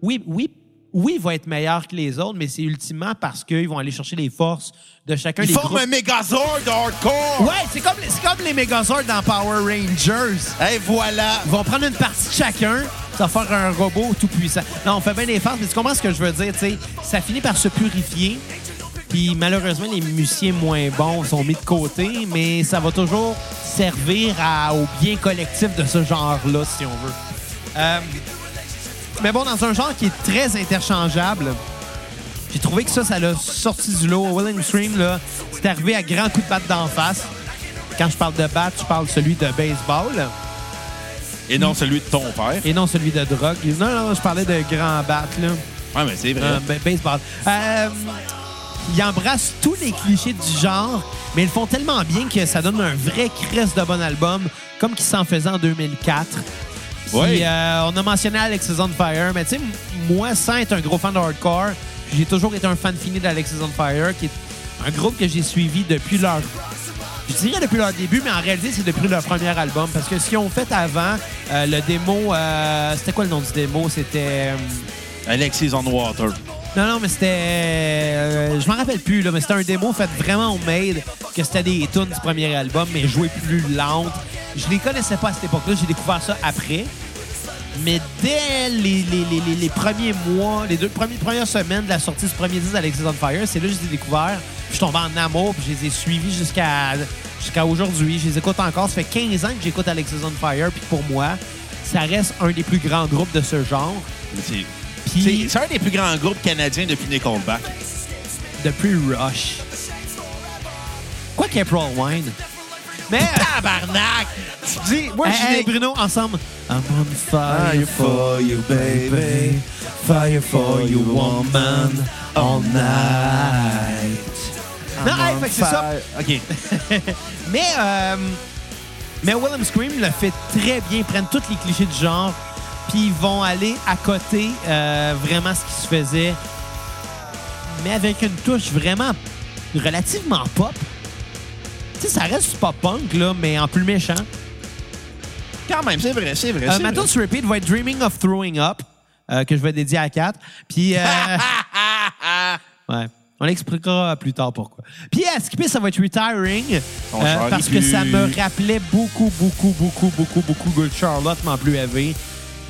Oui, oui, oui, il va être meilleur que les autres, mais c'est ultimement parce qu'ils vont aller chercher les forces de chacun
Ils
des
forment
groupes.
un Megazord hardcore!
Ouais, c'est comme, les- c'est comme les Megazords dans Power Rangers.
Et voilà!
Ils vont prendre une partie de chacun, ça va faire un robot tout puissant. Non, on fait bien des farces, mais tu comprends ce que je veux dire, tu sais. Ça finit par se purifier, puis malheureusement, les musiciens moins bons sont mis de côté, mais ça va toujours servir à- au bien collectif de ce genre-là, si on veut. Euh, mais bon, dans un genre qui est très interchangeable, j'ai trouvé que ça, ça l'a sorti du lot. Will and Scream, là, c'est arrivé à grands coups de batte d'en face. Quand je parle de batte, je parle celui de baseball.
Et non, celui de ton père.
Et non celui de drogue. Non, non, je parlais de grand bat, là.
Ouais, mais c'est vrai.
Euh, ba- baseball. Euh, ils embrassent tous les clichés du genre, mais ils le font tellement bien que ça donne un vrai crest de bon album, comme qu'ils s'en faisaient en 2004. Puis,
Ouais.
euh, on a mentionné Alexis on Fire, mais tu sais, m- moi, sans être un gros fan de hardcore, j'ai toujours été un fan fini d'Alexis on Fire, qui est un groupe que j'ai suivi depuis leur je dirais depuis leur début, mais en réalité, c'est depuis leur premier album. Parce que ce qu'ils ont fait avant, euh, le démo, euh, c'était quoi le nom du démo? C'était. euh,
Alexis on water.
Non, non, mais c'était. euh, je m'en rappelle plus, là, mais c'était un démo fait vraiment homemade, que c'était des tunes du premier album, mais jouées plus lentes. Je les connaissais pas à cette époque-là, j'ai découvert ça après. Mais dès les, les- les- les- les premiers mois, les deux premiers- premières semaines de la sortie du premier disque d'Alexis on Fire, c'est là que je les ai découverts. Puis Je suis tombé en amour, puis je les ai suivis jusqu'à jusqu'à aujourd'hui. Je les écoute encore. Ça fait 15 ans que j'écoute Alexis on Fire, puis pour moi, ça reste un des plus grands groupes de ce genre.
C'est
Puis
c'est- c'est un des plus grands groupes canadiens depuis Nickelback.
depuis Rush. Quoi qu'April Wine. Mais.
Tabarnak! Tu dis, moi,
Hey,
je
hey, Bruno, ensemble. I'm on fire
Fire
for you, baby. Fire for you, woman. All night. Non, hey, fait que c'est ça.
OK.
Mais, euh, mais Willem Scream le fait très bien. Ils prennent tous les clichés du genre, puis ils vont aller à côté euh, vraiment ce qui se faisait, mais avec une touche vraiment relativement pop. Tu sais, ça reste du pop-punk, là, mais en plus méchant.
Quand même, c'est vrai, c'est vrai.
Euh,
c'est
ma
vrai.
tune sur repeat va être Dreaming of Throwing Up, euh, que je vais dédier à Kat. Puis... euh, Ouais. On l'expliquera plus tard pourquoi. Puis à skipper, ça va être retiring.
On
euh,
charrie
parce que
plus.
ça me rappelait beaucoup, beaucoup, beaucoup, beaucoup, beaucoup Good Charlotte, mais en plus élevé.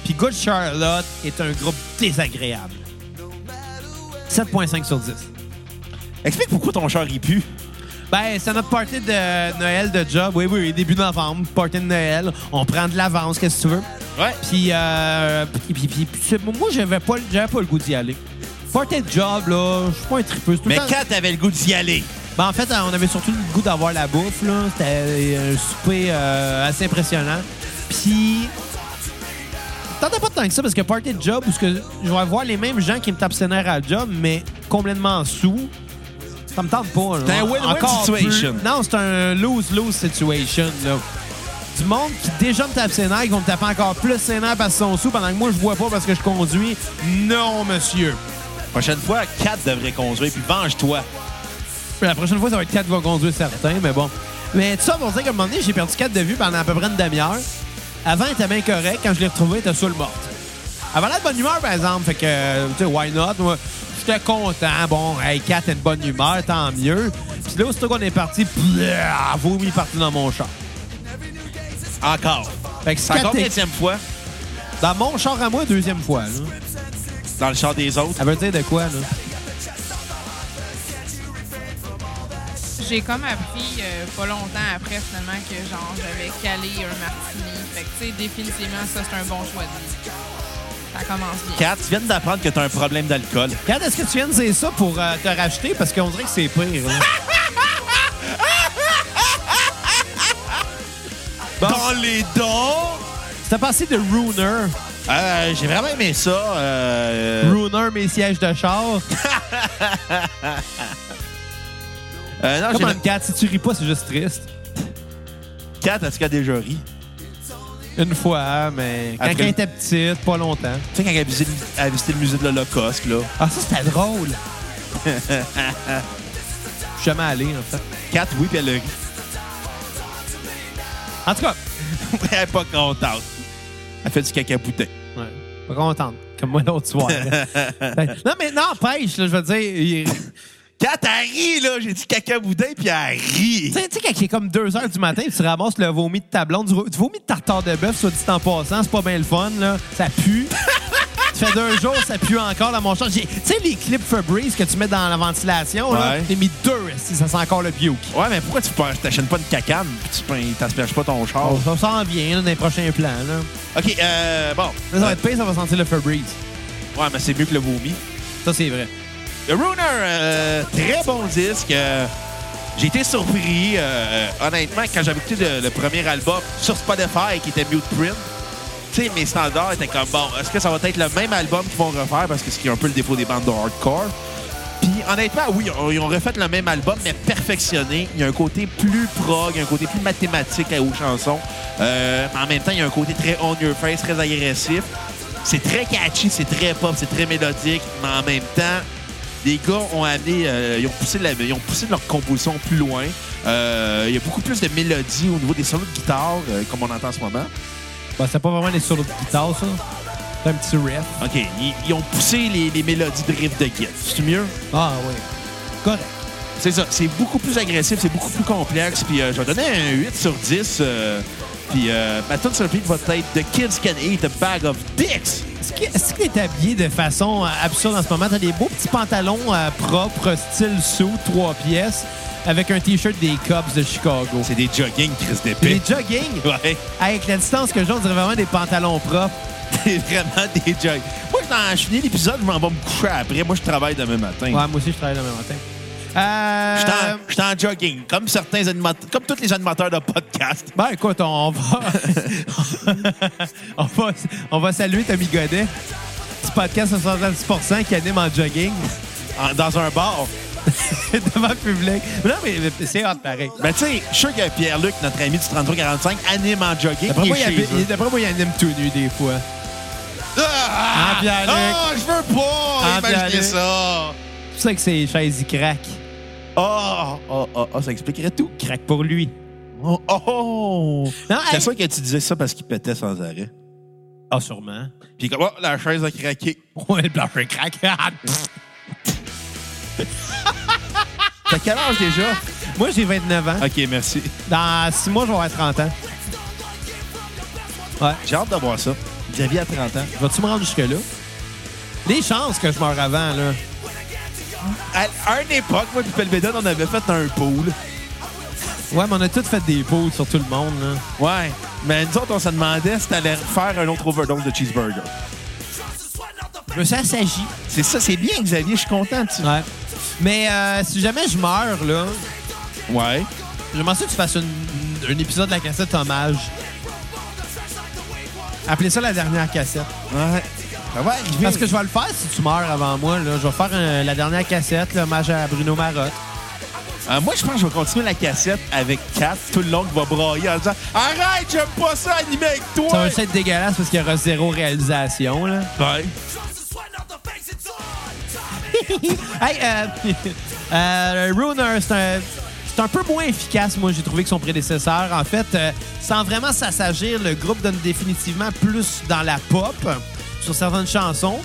Puis Good Charlotte est un groupe désagréable. 7.5 sur 10.
Explique pourquoi ton char il pue.
Ben, c'est notre party de Noël de job. Oui, oui, oui, début novembre, party de Noël. On prend de l'avance, qu'est-ce que tu veux.
Ouais.
Puis, euh, puis, puis, puis, puis, c'est- moi, j'avais pas, le- j'avais pas le goût d'y aller. Party de job, là, je suis pas un tripeux. C'est tout le
Mais
temps-
quand t'avais le goût d'y aller?
Ben, en fait, on avait surtout le goût d'avoir la bouffe. là. C'était un souper euh, assez impressionnant. Puis, t'entends pas tant que ça parce que party de job, parce que je vais voir les mêmes gens qui me tapent ses nerfs à la job, mais complètement sous. Ça me tente pas. là.
C'est un win-win
Encore
situation.
plus. Non, c'est un lose-lose situation. Là. Du monde qui déjà me tape ses nerfs, qui vont me taper encore plus ses nerfs parce qu'ils sont sous pendant que moi, je vois pas parce que je conduis. Non, monsieur.
Prochaine fois, 4 devrait conduire, puis venge-toi.
La prochaine fois, ça va être 4 va conduire certains, mais bon. Mais tout ça pour dire qu'à un moment donné, j'ai perdu 4 de vue pendant à peu près une demi-heure. Avant, il était bien correct. Quand je l'ai retrouvé, il était saoul morte. Avant la bonne humeur, par exemple. Fait que, euh, tu sais, why not? Moi, j'étais content. Bon, hey, 4 a une bonne humeur, tant mieux. Puis là, aussitôt qu'on est parti, blah, vomi parti dans mon char.
Encore.
Fait que
C'est encore
Kat est-
deuxième fois
dans mon char à moi, deuxième fois. Là.
dans le char des autres.
Ça veut dire de quoi, là?
J'ai comme appris euh, pas longtemps après finalement que genre j'avais calé un martini. Fait que tu sais, définitivement ça c'est un bon choix de vie. Ça commence bien.
Kat, tu viens d'apprendre que t'as un problème d'alcool.
Quand est-ce que tu viens de dire ça pour euh, te racheter? Parce qu'on dirait que c'est pire. là. Bon.
Dans les dents!
C'était passé de Runer.
Euh, J'ai vraiment aimé ça. euh,
Runer, mes sièges de char.
euh, non,
Comme
j'ai-
une carte, si tu ris pas, c'est juste triste.
Kat, est-ce qu'elle a déjà ri?
Une fois, hein, mais quand
Après-
elle était petite, pas longtemps.
Tu sais, quand elle a visité, le- elle a visité le musée de l'Holocauste, là.
Ah, ça, c'était drôle. Je suis jamais allé, en fait.
Kat, oui, puis elle a ri.
En tout cas,
elle est pas contente. Elle fait du caca boutin.
Ouais. Pas contente. Comme moi l'autre soir. là. Ben, non, mais n'empêche, là, je veux dire. il-
Kat, elle rit, là. J'ai dit caca boutin, puis elle rit.
Tu sais, tu sais, quand il est comme 2 h du matin, puis tu ramasses le vomi de ta blonde, du, vo- du vomi de tartare de bœuf, soit dit en passant, c'est pas bien le fun, là. Ça pue. Ça fait deux jours, ça pue encore dans mon champ. J'ai- Tu sais, les clips Febreze que tu mets dans la ventilation, là,
Ouais.
j'ai mis deux, si ça sent encore le puke.
Ouais, mais pourquoi tu pars- t'achètes pas une cacane, puis tu peins- t'asperges pas ton char?
On Ça s'en vient, là, dans les prochains plans, là.
OK, euh, bon.
Là, ça va être pire, ça va sentir le Febreze.
Ouais, mais c'est mieux que le vomi.
Ça, c'est vrai.
The Runer, euh, très bon disque. euh, j'ai été surpris, euh, euh, honnêtement, quand j'avais écouté le, le premier album sur Spotify qui était Mute Print. Tu sais, mes standards étaient comme, bon, est-ce que ça va être le même album qu'ils vont refaire? Parce que c'est un peu le défaut des bandes de hardcore. Puis honnêtement, oui, on- ils ont refait le même album, mais perfectionné. Il y a un côté plus prog, il y a un côté plus mathématique aux chansons. Euh, mais en même temps, il y a un côté très on your face, très agressif. C'est très catchy, c'est très pop, c'est très mélodique, mais en même temps, les gars ont amené, euh, ils, ont poussé la- ils ont poussé leur composition plus loin. Euh, il y a beaucoup plus de mélodies au niveau des solos de guitare, euh, comme on entend en ce moment.
Bah, c'est pas vraiment des solos de guitare, ça. C'est un petit riff.
OK, ils, ils ont poussé les, les mélodies de riff de guitare. C'est mieux?
Ah, oui. Correct.
C'est ça, c'est beaucoup plus agressif, c'est beaucoup plus complexe. Puis euh, je vais donner un 8 sur 10. euh, puis euh, ma tune sur le beat va être The Kids Can Eat a Bag of Dicks.
Est-ce que- est-ce qu'il est habillé de façon euh, absurde en ce moment? T'as des beaux petits pantalons euh, propres, style sous, trois pièces, avec un T-shirt des Cubs de Chicago.
C'est des jogging, Chris
Puis
d'épée.
Les jogging,
Ouais,
avec la distance que j'ai, on dirait vraiment des pantalons propres.
c'est vraiment des jogging. Moi, quand je finis l'épisode, je m'en vais me coucher après. Moi, je travaille demain matin.
Ouais, moi aussi, je travaille le même matin. Euh,
Je suis en- je suis en, jogging, comme certains animateurs, comme tous les animateurs de podcast.
Ben, écoute, on va... on va... On va saluer Tommy Godet, du podcast 70% qui anime en jogging
en- dans un bar.
devant le public. Mais Non, mais mais c'est hot, pareil.
Mais tu sais, je suis sûr que Pierre-Luc, notre ami du 3345, anime en jogging.
D'après
Il
moi,
est chez
il habille-
eux.
d'après moi, il anime tout nu des fois.
Ah,
Ah, Pierre-Luc.
Ah, je veux pas
Ah,
imaginer
Pierre-Luc.
ça.
C'est pour ça que ces chaises, ils craquent.
Oh, oh, oh, oh, ça expliquerait tout.
Craquent pour lui.
Oh, oh.
Non,
C'est
hey.
sûr que tu disais ça parce qu'il pétait sans arrêt.
Ah, sûrement.
Puis comme, oh, la chaise a craqué.
Ouais, le plancher craque.
T'as quel âge déjà?
Moi, j'ai 29 ans.
OK, merci.
Dans 6 mois, je vais avoir 30 ans. Ouais.
J'ai hâte de voir ça. Xavier à 30 ans.
Vas-tu me rendre jusque-là? Les chances que je meurs avant, là.
À, à une époque, moi et Pelvedon, on avait fait un pool.
Ouais, mais on a tous fait des pauses sur tout le monde, là.
Ouais. Mais nous autres, on se demandait si t'allais faire un autre overdose de cheeseburger.
Mais ça s'agit.
C'est ça, c'est bien, Xavier. Je suis content. Tu...
Ouais. Mais euh, si jamais je meurs, là,
Ouais.
j'aimerais ça que tu fasses une- un épisode de la cassette hommage. Appelez ça la dernière cassette.
Ouais. Ça va arriver.
Parce que je vais le faire si tu meurs avant moi. Là. Je vais faire un- la dernière cassette, l'hommage à Bruno Marotte.
Euh, moi, je pense que je vais continuer la cassette avec Kat tout le long qui va brailler en disant Arrête, j'aime pas ça animer avec toi.
Ça va juste être dégueulasse parce qu'il y aura zéro réalisation. Là.
Ouais.
hey, euh, euh, Runer, c'est un, c'est un peu moins efficace, moi, j'ai trouvé, que son prédécesseur. En fait, euh, sans vraiment s'assagir, le groupe donne définitivement plus dans la pop euh, sur certaines chansons.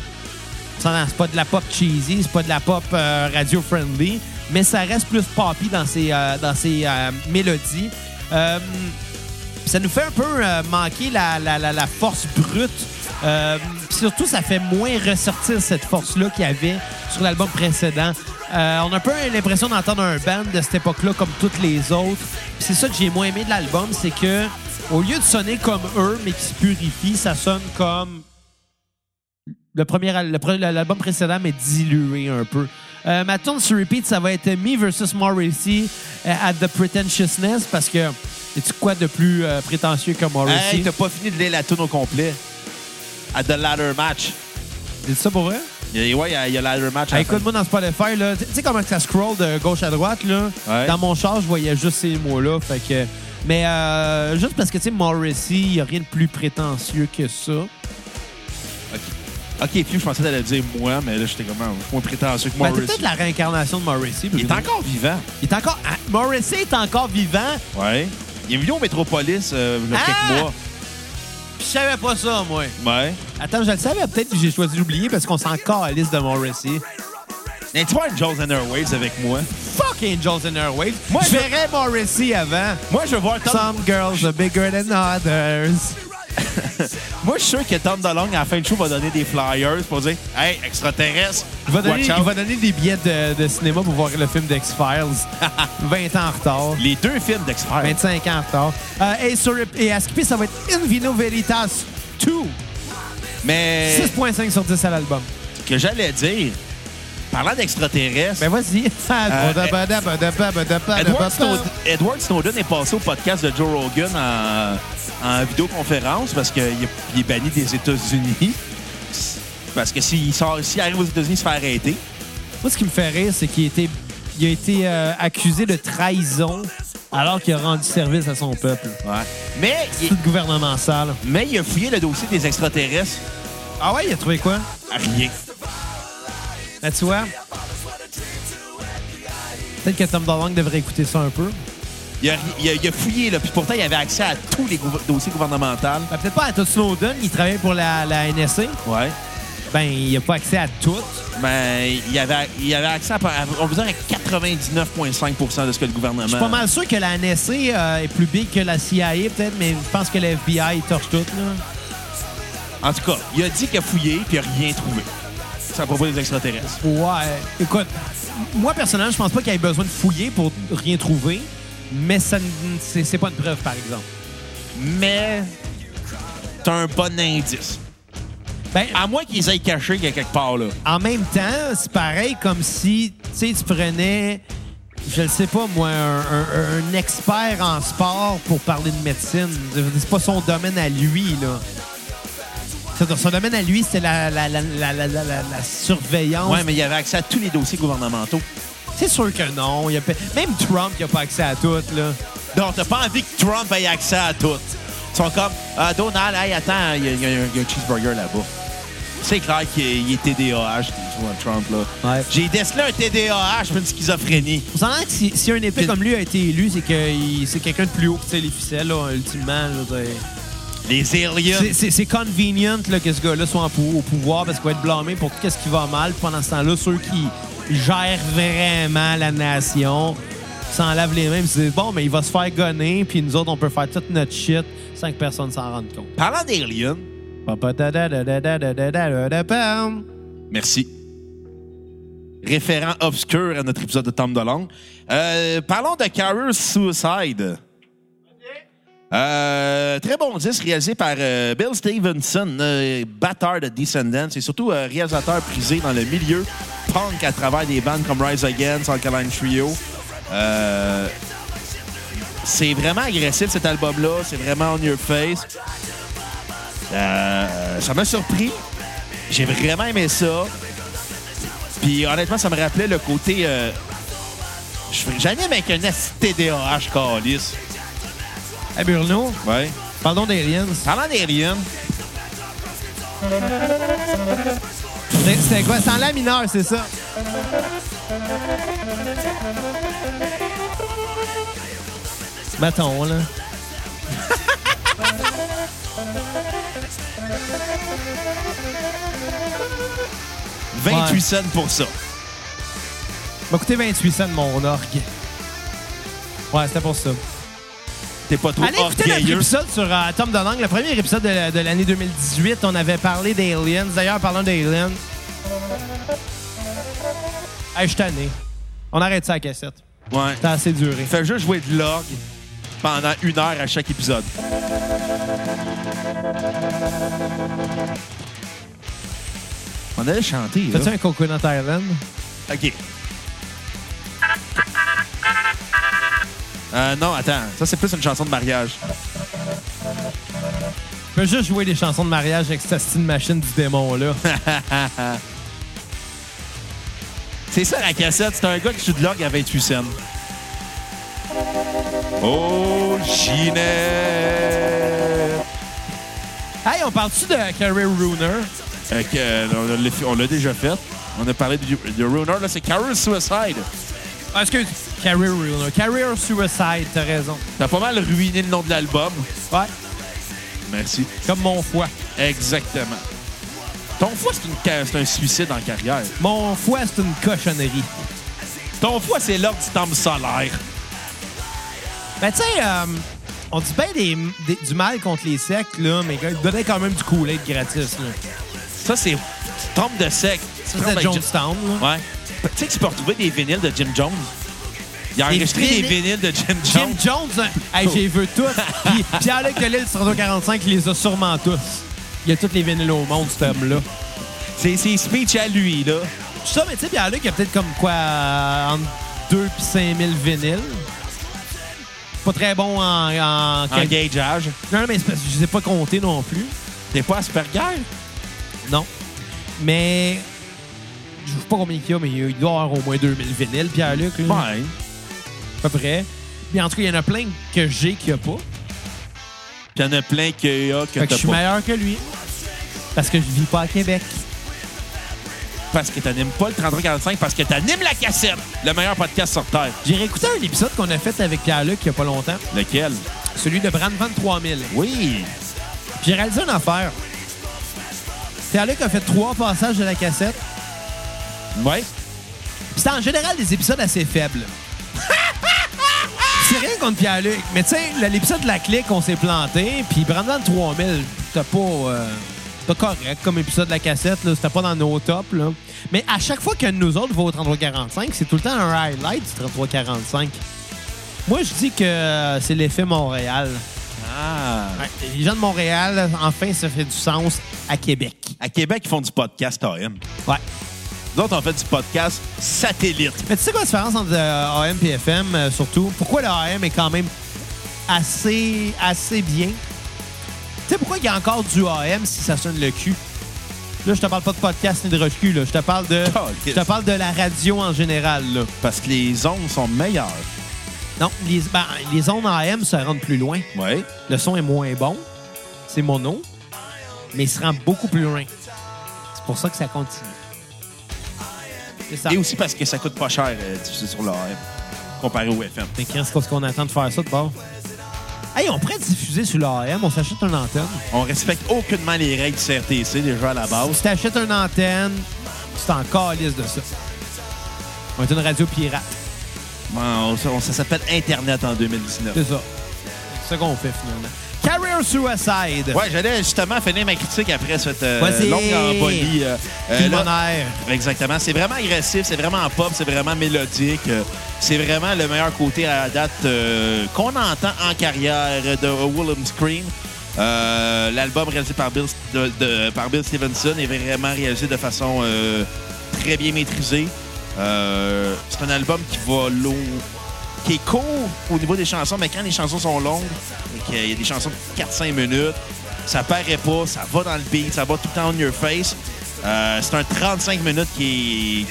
Ça, C'est pas de la pop cheesy, c'est pas de la pop euh, radio-friendly, mais ça reste plus poppy dans ses, euh, dans ses euh, mélodies. Euh, ça nous fait un peu euh, manquer la, la- la- la force brute. Euh, puis surtout, ça fait moins ressortir cette force-là qu'il y avait sur l'album précédent. Euh, on a un peu l'impression d'entendre un band de cette époque-là comme toutes les autres. Puis c'est ça que j'ai moins aimé de l'album, c'est que au lieu de sonner comme eux, mais qui se purifient, ça sonne comme le premier al- le pre- l'album précédent, mais dilué un peu. Euh, ma tune sur repeat, ça va être Me versus Morrissey euh, at the Pretentiousness parce que c'est quoi de plus euh, prétentieux que Morrissey?
Hey, t'as pas fini de lire la tune au complet. À The Ladder Match.
Dis ça pour vrai?
Et ouais, il y a, il y a Ladder Match. à la fin.
Hey, Ah, Écoute-moi dans Spotify, là, tu tu sais comment ça scroll de gauche à droite, là?
Ouais.
Dans mon char, je voyais juste ces mots-là. Fait que. Mais euh, juste parce que, tu sais, Morrissey, il n'y a rien de plus prétentieux que ça. Ben,
OK, puis je pensais d'aller dire moi, mais là, j'étais comme un moins prétentieux que
Ben,
Morrissey.
c'est peut-être la réincarnation de Morrissey.
Il est
Bruno.
encore vivant.
Il est encore. ah, Morrissey est encore vivant.
Ouais. Il est venu au Métropolis euh, il y a
Ah!
quelques
Puis Je savais pas ça, moi.
mois. Ouais.
Attends, je le savais peut-être, puis j'ai choisi d'oublier parce qu'on s'en calisse de Morrissey.
Mais tu vois Angels and Airwaves avec moi.
Fuck Angels and Airwaves.
Moi,
je
je-
verrais Morrissey avant.
Moi, je veux voir Tom...
Some girls are bigger than others.
Moi, je suis sûr que Tom DeLonge, à la fin du show, va donner des flyers pour dire « Hey, extraterrestre,
Il va, donner,
watch out.
il va donner des billets de, de cinéma pour voir le film d'X-Files. 20 ans en retard.
Les deux films d'experts.
25 ans en retard. Euh, et, sur, et à skipper, ça va être In Vino Veritas 2.
Mais
6.5 sur 10 à l'album.
ce que j'allais dire, parlant d'extraterrestres,
Ben vas-y.
Euh, Edward, Snowden, Edward Snowden est passé au podcast de Joe Rogan en, en vidéoconférence parce qu'il est, il est banni des États-Unis. Parce que s'il sort, s'il arrive aux États-Unis, il se fait arrêter.
Moi, ce qui me fait rire, c'est qu'il a été, il a été euh, accusé de trahison alors qu'il a rendu service à son peuple.
Mais, il,
Tout le gouvernement sale.
mais il a fouillé le dossier des extraterrestres.
Ah ouais, il a trouvé quoi?
Rien.
Là, Ben, tu vois? Peut-être que Tom DeLonge devrait écouter ça un peu.
Il a, ri- il a- il a fouillé, là, puis pourtant, il avait accès à tous les gouver- dossiers gouvernementaux.
Ben, peut-être pas à Todd Snowden, il travaille pour la, la NSA.
Ouais.
Ben, il n'a pas accès à tout.
Mais il avait, il avait accès à, à- on veut dire, à 99,5 de ce que le gouvernement.
Je suis pas mal sûr que la NSA euh, est plus big que la CIA, peut-être, mais je pense que la FBI torche tout. Là.
En tout cas, il a dit qu'il a fouillé, puis il a rien trouvé. C'est à propos des extraterrestres.
Ouais. Écoute, moi, personnellement, je pense pas qu'il y ait besoin de fouiller pour rien trouver, mais ça, n- c'est c'est pas une preuve, par exemple.
Mais t'as un bon indice.
Ben,
À moins qu'ils aient caché qu'il y a quelque part, là.
en même temps, c'est pareil comme si tu sais, tu prenais, je ne sais pas moi, un, un- un expert en sport pour parler de médecine. C'est pas son domaine à lui, là. C'est- Son domaine à lui, c'est la, la, la, la, la, la- la- la surveillance.
Ouais, mais il avait accès à tous les dossiers gouvernementaux.
C'est sûr que non. Il y a pe- Même Trump, il n'a pas accès à tout, là.
Donc, t'as pas envie que Trump ait accès à tout. Ils sont comme, Ah, Donald, hey, attends, il y, a- il y a un- il y a un cheeseburger là-bas. C'est clair qu'il est- il est TDAH, tu vois, Trump, là.
Ouais.
J'ai décelé un TDAH, puis une schizophrénie.
On s'entend que si, si un épée
Puis-
comme lui a été élu, c'est que il- c'est quelqu'un de plus haut qui tire les ficelles, là, ultimement. là, c'est-
Les aliens.
C'est- C'est c'est convenient là, que ce gars-là soit en pou- au pouvoir parce qu'il va être blâmé pour tout ce qui va mal. Puis Pendant ce temps-là, ceux qui gèrent vraiment la nation s'en lavent les mains et se disent Bon, mais il va se faire gonner, puis nous autres, on peut faire toute notre shit sans que personne s'en rende compte.
Parlant d'aliens,
Papadadadadadadadadadadadam.
Merci. Référent obscur à notre épisode de Tom DeLonge. Euh, parlons de Carol Suicide. Euh, très bon disque réalisé par euh, Bill Stevenson, euh, batteur de Descendants et surtout euh, réalisateur prisé dans le milieu punk à travers des bandes comme Rise Against, Alkaline Trio. Euh, c'est vraiment agressif cet album-là, c'est vraiment on your face. Euh, ça m'a surpris, j'ai vraiment aimé ça. Puis honnêtement, ça me rappelait le côté. Euh, je ferais jamais avec un STDAH calice.
Hey Bruno,
Ouais.
parlons d'Aliens.
Parlant d'Alien,
C'est- C'est quoi? C'est en la mineur, c'est ça? Mettons, là. Ouais.
28 cents pour ça.
m'a coûté 28 cents de mon orgue. Ouais, c'était pour ça.
T'es pas trop
Allez écouter notre
orgueilleux.
épisode sur euh, Tom Donang, le premier épisode de, de l'année 2018. On avait parlé d'Aliens. D'ailleurs, parlant d'Aliens. Hey, je suis tanné. On arrête ça à cassette.
Ouais.
T'as assez duré.
Fais juste jouer de l'orgue pendant une heure à chaque épisode. s'en allait chanter. là.
Fais-tu un Coconut Island?
OK. Euh, non, attends. Ça, c'est plus une chanson de mariage.
Je peux juste jouer des chansons de mariage avec cette astine machine du démon, là.
C'est ça, la cassette. C'est un gars qui de log à 28 cents. Oh, Ginette!
hey, on parle-tu de Carrie Rooner?
Fait que, euh, on l'a- on l'a déjà fait. On a parlé du, du Runner. Là, c'est Carol Suicide.
Ah, excuse. Carrie Rooner. Career Suicide, t'as raison.
T'as pas mal ruiné le nom de l'album.
Ouais,
Merci.
comme mon foie.
Exactement. Ton foie, c'est une ca- c'est un suicide en carrière.
Mon foie, c'est une cochonnerie.
Ton foie, c'est l'ordre du temple solaire.
Ben, tu sais, euh, on dit bien des, des- du mal contre les sectes, là, mais ils donnaient quand même du Kool-Aid gratis, là.
Ça, c'est tu tombes de sec. Tu tombes
C'était
avec
Jonestown,
Jim-
là.
Ouais. Tu sais que tu peux retrouver des vinyles de Jim Jones. Il a
Des
enregistré des
vinyles-
vinyles de Jim
Jim
Jones.
Jones, hein? hey, j'ai vu tout. Puis Pierre-Luc de Lille sur Radio 45, il les a sûrement tous. Il y a toutes les vinyles au monde, cet homme-là.
C'est ses speeches à lui, là.
Tout ça, mais tu sais, Pierre-Luc, il y a peut-être comme quoi, euh, entre 2 et 5 000 vinyles. Pas très bon en... en,
En
quel-
gageage.
Non, mais c'est parce que je ne ai pas compté non plus.
T'es pas Asperger?
Non. Mais... Je ne sais pas combien il y a, mais il doit y avoir au moins 2000 vinyles, Pierre-Luc. là.
Ouais.
à peu près. Puis en tout cas, il y en a plein que j'ai qu'il n'y a pas.
Puis y en a plein qu'il y a que
Fait que
t'as
je suis
pas.
meilleur que lui. Parce que je vis pas à Québec.
Parce que t'animes pas le 3345, parce que t'animes la cassette. Le meilleur podcast sur Terre.
J'ai réécouté un épisode qu'on a fait avec Pierre-Luc il n'y a pas longtemps,
Lequel?
celui de Brand 23000.
Oui.
Puis J'ai réalisé une affaire. Pierre-Luc a fait trois passages de la cassette.
Ouais.
Puis c'est en général des épisodes assez faibles. c'est rien contre Pierre-Luc, mais tu sais, le- l'épisode de la clique, on s'est planté. Puis Brandon 3000, t'as pas. euh, t'as correct comme épisode de la cassette, là. C'était pas dans nos tops, là. Mais à chaque fois qu'un de nous autres va au 3345, c'est tout le temps un highlight du 3345. Moi, je dis que euh, c'est l'effet Montréal.
Ah.
Ouais, Les gens de Montréal, enfin, ça fait du sens à Québec.
À Québec, ils font du podcast AM.
Ouais.
Nous autres, on fait du podcast satellite.
Mais tu sais quoi la différence entre euh, AM et FM, euh, surtout? Pourquoi le AM est quand même assez, assez bien? Tu sais pourquoi il y a encore du AM si ça sonne le cul? Là, je te parle pas de podcast ni de recul. là. Je te parle de
Oh,
je
qu'est-ce-
te parle de la radio en général. là.
Parce que les ondes sont meilleures.
Non, les, ben, les ondes AM se rendent plus loin.
Ouais.
Le son est moins bon. C'est mono. Mais il se rend beaucoup plus loin. C'est pour ça que ça continue. C'est ça.
Et aussi parce que ça coûte pas cher euh, diffuser sur l'AM comparé au FM.
Mais Chris, qu'est-ce qu'on attend de faire ça de bord? Hey, on pourrait diffuser sur l'AM, on s'achète une antenne.
On respecte aucunement les règles du CRTC déjà à la
Si
base.
t'achètes une antenne, tu t'en calisses de ça. On est une radio pirate,
Bon, on- ça, on- ça s'appelle Internet en 2019.
c'est ça. C'est ça qu'on fait finalement. Career Suicide.
Ouais, j'allais justement finir ma critique après cette euh,
Vas-y.
longue embolie. euh, euh, là-
Pulmonaire.
Exactement. C'est vraiment agressif, c'est vraiment pop, c'est vraiment mélodique. euh, C'est vraiment le meilleur côté à la date euh, qu'on entend en carrière de Willem Scream. Euh, L'album réalisé par Bill, de- de- par Bill Stevenson est vraiment réalisé de façon euh, très bien maîtrisée. Euh, c'est un album qui va long, qui est court au niveau des chansons, mais quand les chansons sont longues, et qu'il y a des chansons de 4-5 minutes, ça paraît pas, ça va dans le beat, ça va tout le temps on your face. Euh, c'est un 35 minutes qui,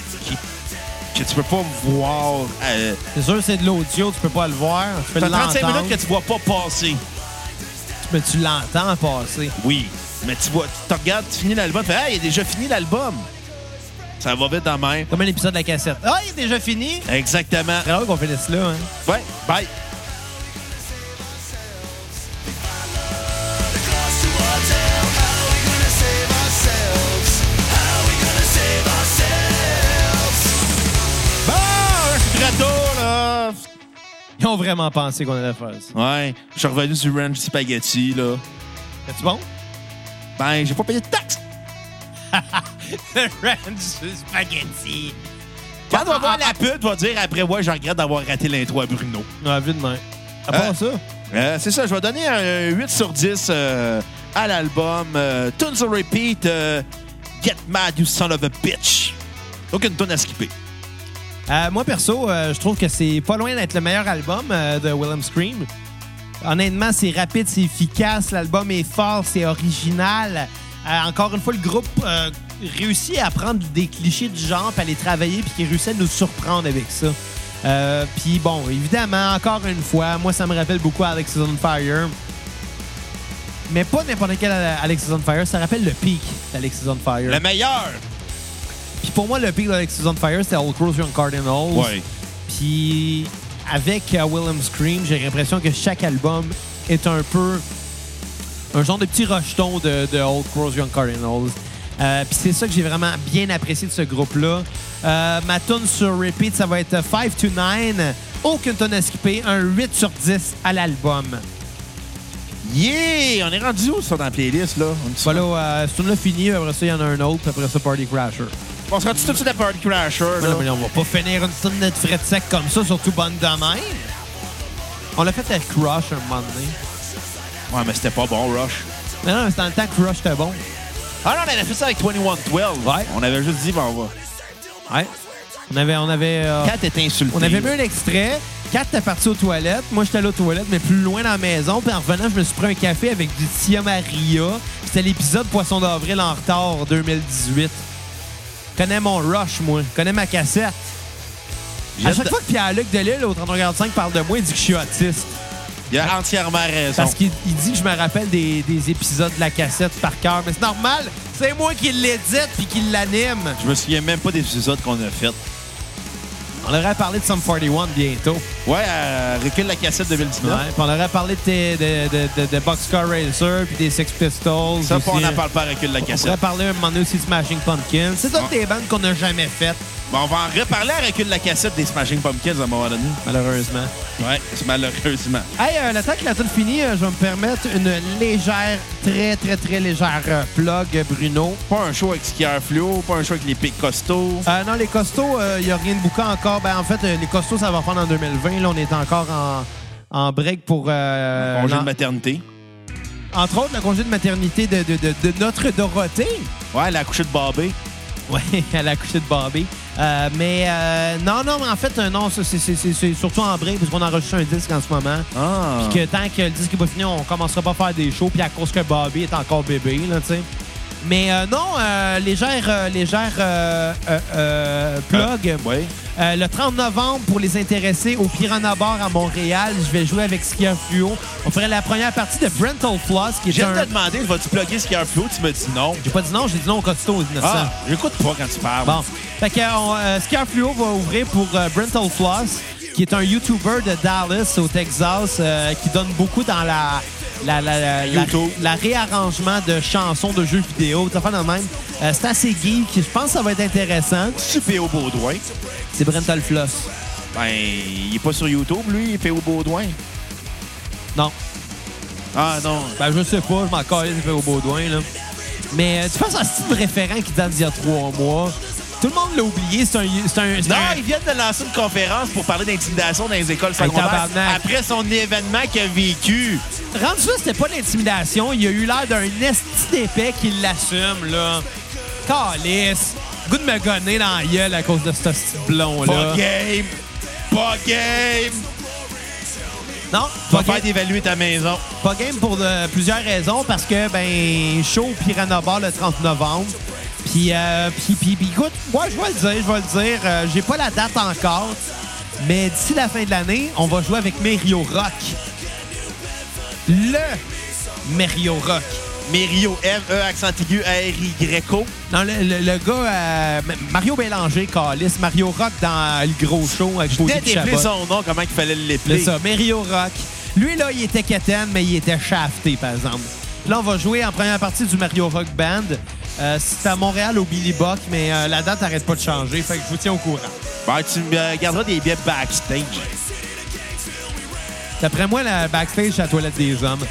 qui- que tu peux pas voir. euh,
C'est sûr, c'est de l'audio, tu peux pas le voir. Tu peux
c'est un 35
l'entendre,
minutes que tu vois pas passer.
mais tu l'entends passer.
Oui, mais tu vois, tu te regardes, tu finis l'album, tu fais Ah, il a déjà fini l'album. Ça va vite dans même.
Comme un épisode de la cassette. Ah, il est déjà fini.
Exactement.
Très rare qu'on finisse là. Hein.
Ouais, bye. Bon,
Ah,
je suis de retour, là.
Ils ont vraiment pensé qu'on allait faire ça.
Ouais, je suis revenu sur Ranch Spaghetti, là.
C'est bon?
Ben, j'ai pas payé de taxes.
Le ranch spaghetti.
Quand on va voir la pute, va dire après, ouais, je regrette d'avoir raté l'intro à Bruno.
Ah, vu de main. À part
Euh,
ça,
Euh, c'est ça, je vais donner un 8 sur 10 euh, à l'album. Euh, Tunes on Repeat, euh, Get mad, you son of a bitch. Aucune tonne à skipper.
Euh, moi, perso, euh, je trouve que c'est pas loin d'être le meilleur album euh, de Willem Scream. Honnêtement, c'est rapide, c'est efficace, l'album est fort, c'est original. Euh, encore une fois, le groupe euh, réussit à prendre des clichés du genre, puis à les travailler, puis qui réussit à nous surprendre avec ça. Euh, puis bon, évidemment, encore une fois, moi, ça me rappelle beaucoup Alexis on Fire. Mais pas n'importe quel Ale- Alexis on Fire, ça rappelle le pic d'Alexis on Fire.
Le meilleur!
Puis pour moi, le pic d'Alexis on Fire, c'était Old Crows Young Cardinals. Puis avec euh, Willem Scream, j'ai l'impression que chaque album est un peu un genre de petit rejeton de, de Old Crows Young Cardinals. Euh, Puis c'est ça que j'ai vraiment bien apprécié de ce groupe-là. Euh, ma tune sur repeat, ça va être 5 to 9. Aucune tonne à skipper, un 8 sur 10 à l'album.
Yeah! On est rendu où, ça, dans la playlist, là? On est-tu-
Voilà, euh, ce tune-là fini, après ça, il y en a un autre, puis après ça, Party Crasher.
On se rend tout de suite à Party Crasher,
Mais
là?
non, mais non, on va pas finir une tune de fret sec comme ça, surtout bonne de même. On l'a fait à Crush un moment donné.
Ouais, mais c'était pas bon, Rush.
Mais non, mais c'était dans le temps que Rush était bon.
Ah non, on a fait ça avec 2112.
Ouais.
On avait juste dit, ben, on va.
Ouais. On avait, on avait, euh,
Kat est insulté.
on avait mis un extrait. Kat était parti aux toilettes. Moi, j'étais allé aux toilettes, mais plus loin dans la maison. Puis en revenant, je me suis pris un café avec du Tia Maria. C'était l'épisode Poisson d'avril en retard 2018. Je connais mon rush, moi. Je connais ma cassette.
Il
À
a-
chaque fois que Pierre-Luc Delisle, au 3145, parle de moi, il dit que je suis autiste.
Il a entièrement raison.
Parce qu'il il dit que je me rappelle des, des épisodes de la cassette par cœur. Mais c'est normal. C'est moi qui l'édite puis qui l'anime.
Je me souviens même pas des épisodes qu'on a fait.
On devrait parler de Sum 41 bientôt.
Ouais, à recule la cassette 2019.
Ouais, puis on aurait parlé de, tes- de, de, de, de Boxcar Racer puis des Sex Pistols.
Ça,
aussi.
on n'en parle pas à recule la
On pourrait
cassette.
parler un moment donné aussi de Smashing Pumpkins. C'est toutes des bandes qu'on n'a jamais faites,
Bon, on va en reparler à recule la cassette des Smashing Pumpkins à un moment donné.
malheureusement.
Ouais, c'est malheureusement.
Hey, euh, le temps que la tune finit, euh, je vais me permettre une légère, très, très, très légère euh, plug, Bruno.
Pas un show avec skieur fluo, pas un show avec les pics costauds.
Euh, non, les costauds, il n'y a rien de bouquin encore. Ben, en fait, euh, les costauds, ça va prendre en 2020. Là, on est encore en, en break pour... euh,
congé
l'en-
de maternité.
entre autres, le congé de maternité de, de, de- de notre Dorothée.
Ouais, la couchée de Bobby.
Oui, elle a accouché de Bobby. Euh, mais euh, non, non, mais en fait, euh, non, ça, c'est c'est- c'est- c'est surtout en break parce qu'on enregistre un disque en ce moment.
Ah.
Puis que tant que le disque n'est pas fini, on commencera pas à faire des shows. Puis à cause que Bobby est encore bébé, là, tu sais. Mais euh, non, euh, légère, euh, légère euh, euh, euh, plug.
Ouais.
Euh, le 30 novembre, pour les intéressés au Piranha Bar à Montréal, je vais jouer avec Skier Fluo. On ferait la première partie de Brental Floss, qui est
J'ai
un...
te demandé, vas-tu plugger skieur fluo? Tu me dis non.
J'ai pas dit non, j'ai dit non au costaud, innocent.
Ah, j'écoute pas quand tu parles.
Bon. Fait que euh, on, euh, Scar Fluo va ouvrir pour euh, Brental Floss, qui est un YouTuber de Dallas au Texas euh, qui donne beaucoup dans la la, la, la, la-
YouTube.
la réarrangement de chansons de jeux vidéo, des affaires de même. Euh, c'est assez geek, je pense que ça va être intéressant.
Tu P.O. Baudouin.
C'est Brental Floss.
Ben, il est pas sur YouTube, lui, P.O. Baudouin.
Non,
Ah non.
ben je sais pas, je m'en calais, je vais au Baudouin là. Mais euh, tu penses à ce type de référent qui date d'il y a trois mois. Tout le monde l'a oublié, c'est un... c'est un- c'est
Non,
un-
ils viennent de lancer une conférence pour parler d'intimidation dans les écoles secondaires
tabarnak.
après son événement qu'il a vécu.
Rendu là, c'était pas de l'intimidation. Il a eu l'air d'un esti d'épais qui l'assume, là. Calice. Goût de me gonner dans la gueule à cause de ce petit blond-là.
Pas game. Pas game.
Non,
Tu vas
pas
faire
game,
d'évaluer ta maison.
pas game pour de- plusieurs raisons. Parce que, ben, show au Piranha Bar le 30 novembre. Puis, euh, puis, puis, puis, écoute, moi, je vais le dire, je vais le dire. Euh, J'ai pas la date encore. Mais d'ici la fin de l'année, on va jouer avec Merio Rock. Le Merio Rock.
Merio, M-E, accent aigu, R-Y-O.
Non, le, le- le gars, euh, M- Mario Bélanger, Calis, Mario Rock dans euh, le gros show avec José
Dès d'épeler
Chabot.
son nom, comment il fallait l'épeler.
C'est ça, Mario Rock. Lui, là, il était quétaine, mais il était shafté, par exemple. Puis Là, on va jouer en première partie du Mario Rock Band. Euh, c'est à Montréal au Billy Buck, mais euh, la date n'arrête pas de changer, fait que je vous tiens au courant.
Ben, tu me garderas des billets backstage.
D'après moi, la backstage, c'est la toilette des hommes.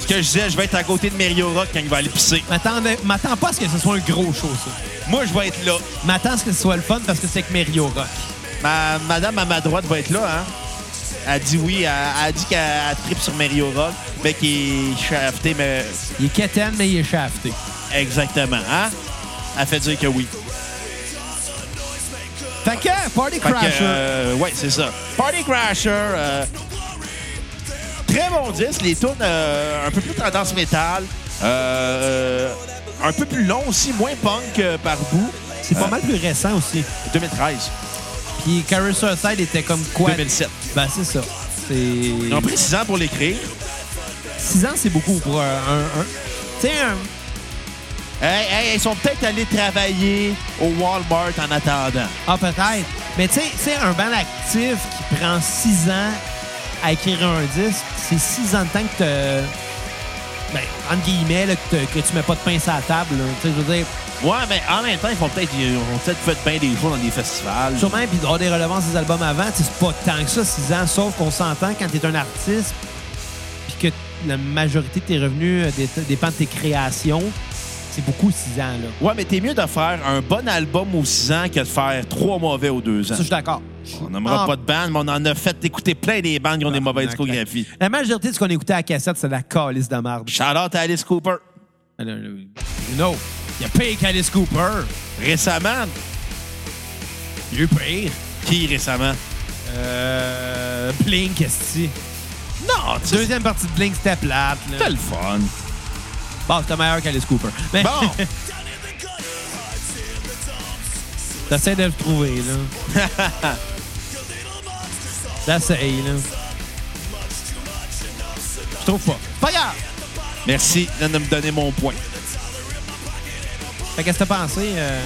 Ce que je disais, je vais être à côté de Merio Rock quand il va aller pisser.
M'attendais- M'attends pas à ce que ce soit un gros show, ça.
Moi, je vais être là.
M'attends à ce que ce soit le fun parce que c'est avec Mario Rock.
Ma, madame à ma droite va être là, hein? Elle dit oui, elle, elle dit qu'elle elle tripe sur Mario Rock, mais qui est shafté, mais
Il est quétaine, mais il est shafté.
exactement, hein? elle fait dire que oui.
Fait que, Party
Fait que,
Crasher.
euh, ouais, c'est ça. Party Crasher. euh, très bon disque. Les tunes euh, un peu plus tendance métal. euh, un peu plus long aussi, moins punk euh, par bout.
C'est pas
euh,
mal plus récent aussi.
2013.
Puis Carrie Suicide était comme quoi?
2007.
Ben, c'est ça.
Ils ont
C'est...
pris 6 ans pour l'écrire.
6 ans, c'est beaucoup pour euh, un... un... Tu sais, un...
Hey, hey, ils sont peut-être allés travailler au Walmart en attendant.
Ah, peut-être. Mais tu sais- tu sais, un band actif qui prend 6 ans à écrire un disque, c'est 6 ans de temps que te... Ben, entre guillemets, là, que, te- que tu mets pas de pince à la table. là. Tu sais, je veux dire,
Ouais, mais en même temps, ils font peut-être ils ont peut-être fait bien des jours dans des festivals.
sûrement, puis d'avoir des relevances des albums avant, tu sais, c'est pas tant que ça, 6 ans. Sauf qu'on s'entend quand t'es un artiste, puis que la majorité de tes revenus euh, dé- dépend de tes créations, c'est beaucoup 6 ans, là.
Ouais, mais t'es mieux de faire un bon album aux 6 ans que de faire trois mauvais aux 2
Ça,
ans.
je suis d'accord.
On n'aimera
Ah.
pas de band, mais on en a fait écouter plein des bandes qui ont des mauvaises discographies.
La majorité de ce qu'on écoutait à la cassette, c'est de la calice de marde.
Shout out à Alice Cooper.
Non, il y a pire qu'Alice Cooper.
Récemment,
Il y a eu pire.
qui récemment?
Euh, Blink, esti.
Non, tu sais,
Deuxième partie de Blink, c'était plate. là.
c'était le fun.
Bon, c'était meilleur qu'Alice Cooper. Mais
Bon,
t'essaies de le trouver, là. T'essayes, là. Je trouve pas. Pas grave.
merci de me donner mon point.
Fait qu'est-ce que t'as pensé? euh?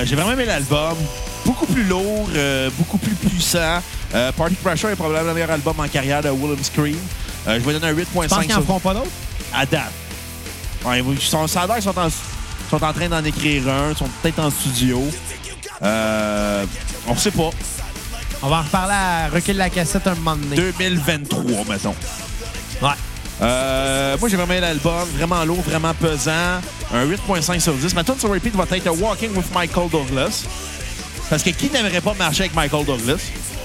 Euh, J'ai vraiment aimé l'album. Beaucoup plus lourd, euh, beaucoup plus puissant. Euh, Party Crasher est probablement le meilleur album en carrière de Willem Scream. Euh, je vais donner un
Tu penses
8.5
qu'ils en
sur
feront pas d'autres?
à date. Ouais, ils sont, ça a l'air qu'ils sont en, sont en train d'en écrire un, ils sont peut-être en studio. Euh, on sait pas.
On va en reparler à Recul la cassette un moment donné.
2023, mettons.
Ouais.
Euh, moi, j'ai vraiment aimé l'album, vraiment lourd, vraiment pesant. Un 8.5 sur 10. Ma tune sur repeat va être Walking with Michael Douglas. Parce que qui n'aimerait pas marcher avec Michael Douglas?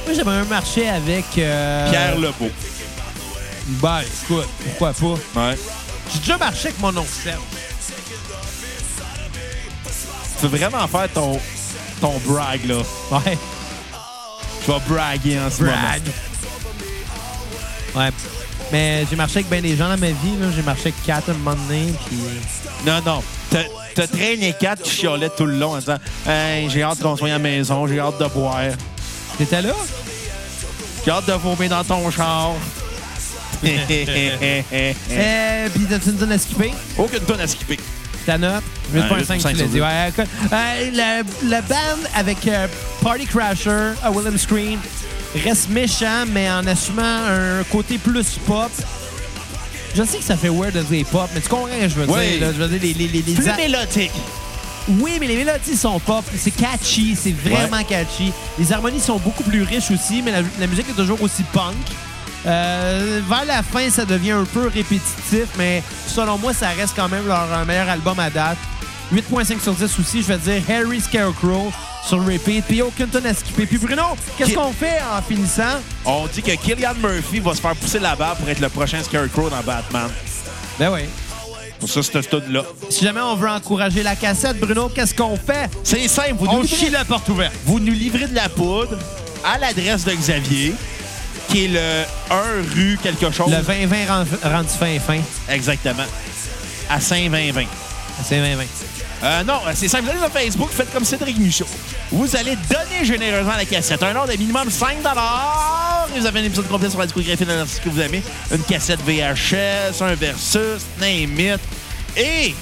Moi, j'aimerais un marché avec... euh,
Pierre Lebeau.
Ben, écoute, pourquoi pas?
Ouais.
J'ai déjà marché avec mon oncle Serge.
Tu veux vraiment faire ton, ton brag, là.
Ouais.
Tu vas braguer en ce moment.
Ouais. Mais j'ai marché avec ben des gens dans ma vie. là. J'ai marché avec quatre un moment donné. Puis...
Non, non. T'as- T'as traîné quatre qui chiolaient tout le long en disant Hey, j'ai hâte qu'on soit à la maison, j'ai hâte de boire,
T'étais là?
j'ai hâte de vomir dans ton char. Aucune
Euh, puis t'as-tu une zone à skipper?
tonne à skipper.
Ta note? 8.5, tu l'as dit.
sur
Ouais, écoute. Euh, le, le band avec euh, Party Crasher, à Willem Scream, reste méchant, mais en assumant un côté plus pop. Je sais que ça fait weird de dire pop, mais tu comprends ce que je veux
Oui.
dire. là. Je veux dire, les, les, les, les
Plus
a-
mélodique.
Oui, mais les mélodies sont pop. C'est catchy. C'est vraiment catchy. Les harmonies sont beaucoup plus riches aussi, mais la, la musique est toujours aussi punk. Euh, vers la fin, ça devient un peu répétitif, mais selon moi, ça reste quand même leur euh, meilleur album à date. 8.5 sur 10 aussi, je vais dire Harry Scarecrow sur repeat, puis aucune tonne à skipper. Puis Bruno, qu'est-ce
Qui-
qu'on fait en finissant?
On dit que Killian Murphy va se faire pousser la barre pour être le prochain Scarecrow dans Batman.
Ben oui.
Pour ça, cette stud-là.
Si jamais on veut encourager la cassette, Bruno, qu'est-ce qu'on fait?
C'est simple, vous nous,
On chie
livrez,
la porte ouverte.
vous nous livrez de la poudre à l'adresse de Xavier, qui est le 1 rue quelque chose.
Le 20-20 rend- rendu fin fin.
Exactement. À Saint-Vinvin.
C'est 20-20.
Euh, non, c'est simple. Vous allez sur Facebook, faites comme Cédric Michaud. Vous allez donner généreusement la cassette. Un ordre de minimum 5 Et vous avez un épisode complet sur la discographie d'un artiste que vous aimez. Une cassette VHS, un Versus, name it. Et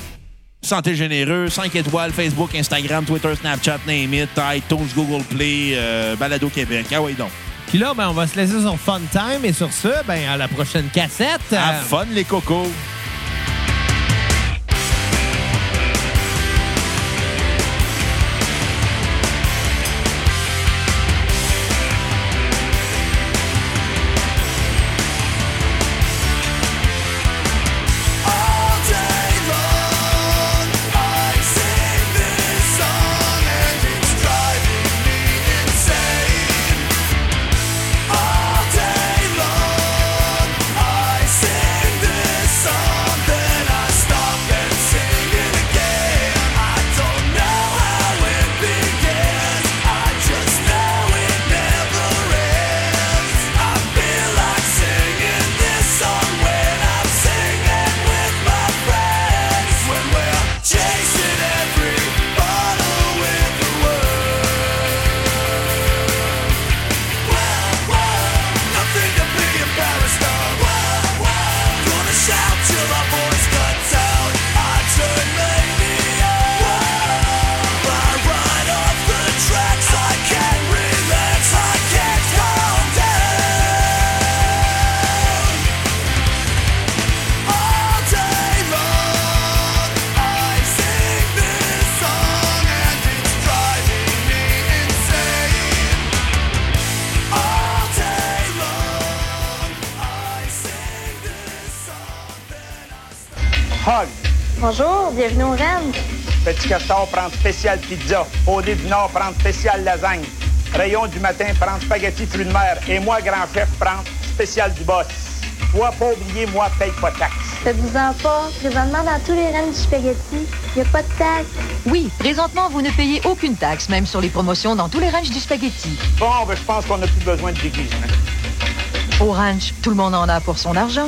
Santé généreux, 5 étoiles, Facebook, Instagram, Twitter, Snapchat, name it, iTunes, Google Play, euh, Balado Québec. Ah oui, donc.
Puis là, ben, on va se laisser sur Fun Time et sur ce, ben, à la prochaine cassette.
Have
Euh,
fun, les cocos!
All day long, I sing this song and it's driving me insane. All day long, I sing this song
Hog,
Bonjour, bienvenue au REM.
Petit Castor prend spécial pizza. Odé du Nord prend spécial lasagne. Rayon du matin prend spaghetti fruits de mer. Et moi, grand chef, prend spécial du boss. Toi, pas oublier, moi, paye pas taxe.
Faites-vous-en pas. Présentement, dans tous les REM du spaghetti, il n'y a pas de taxe.
Oui, présentement, vous ne payez aucune taxe, même sur les promotions dans tous les ranchs du spaghetti.
Bon, ben, je pense qu'on n'a plus besoin de déguisement.
Au ranch, tout le monde en a pour son argent.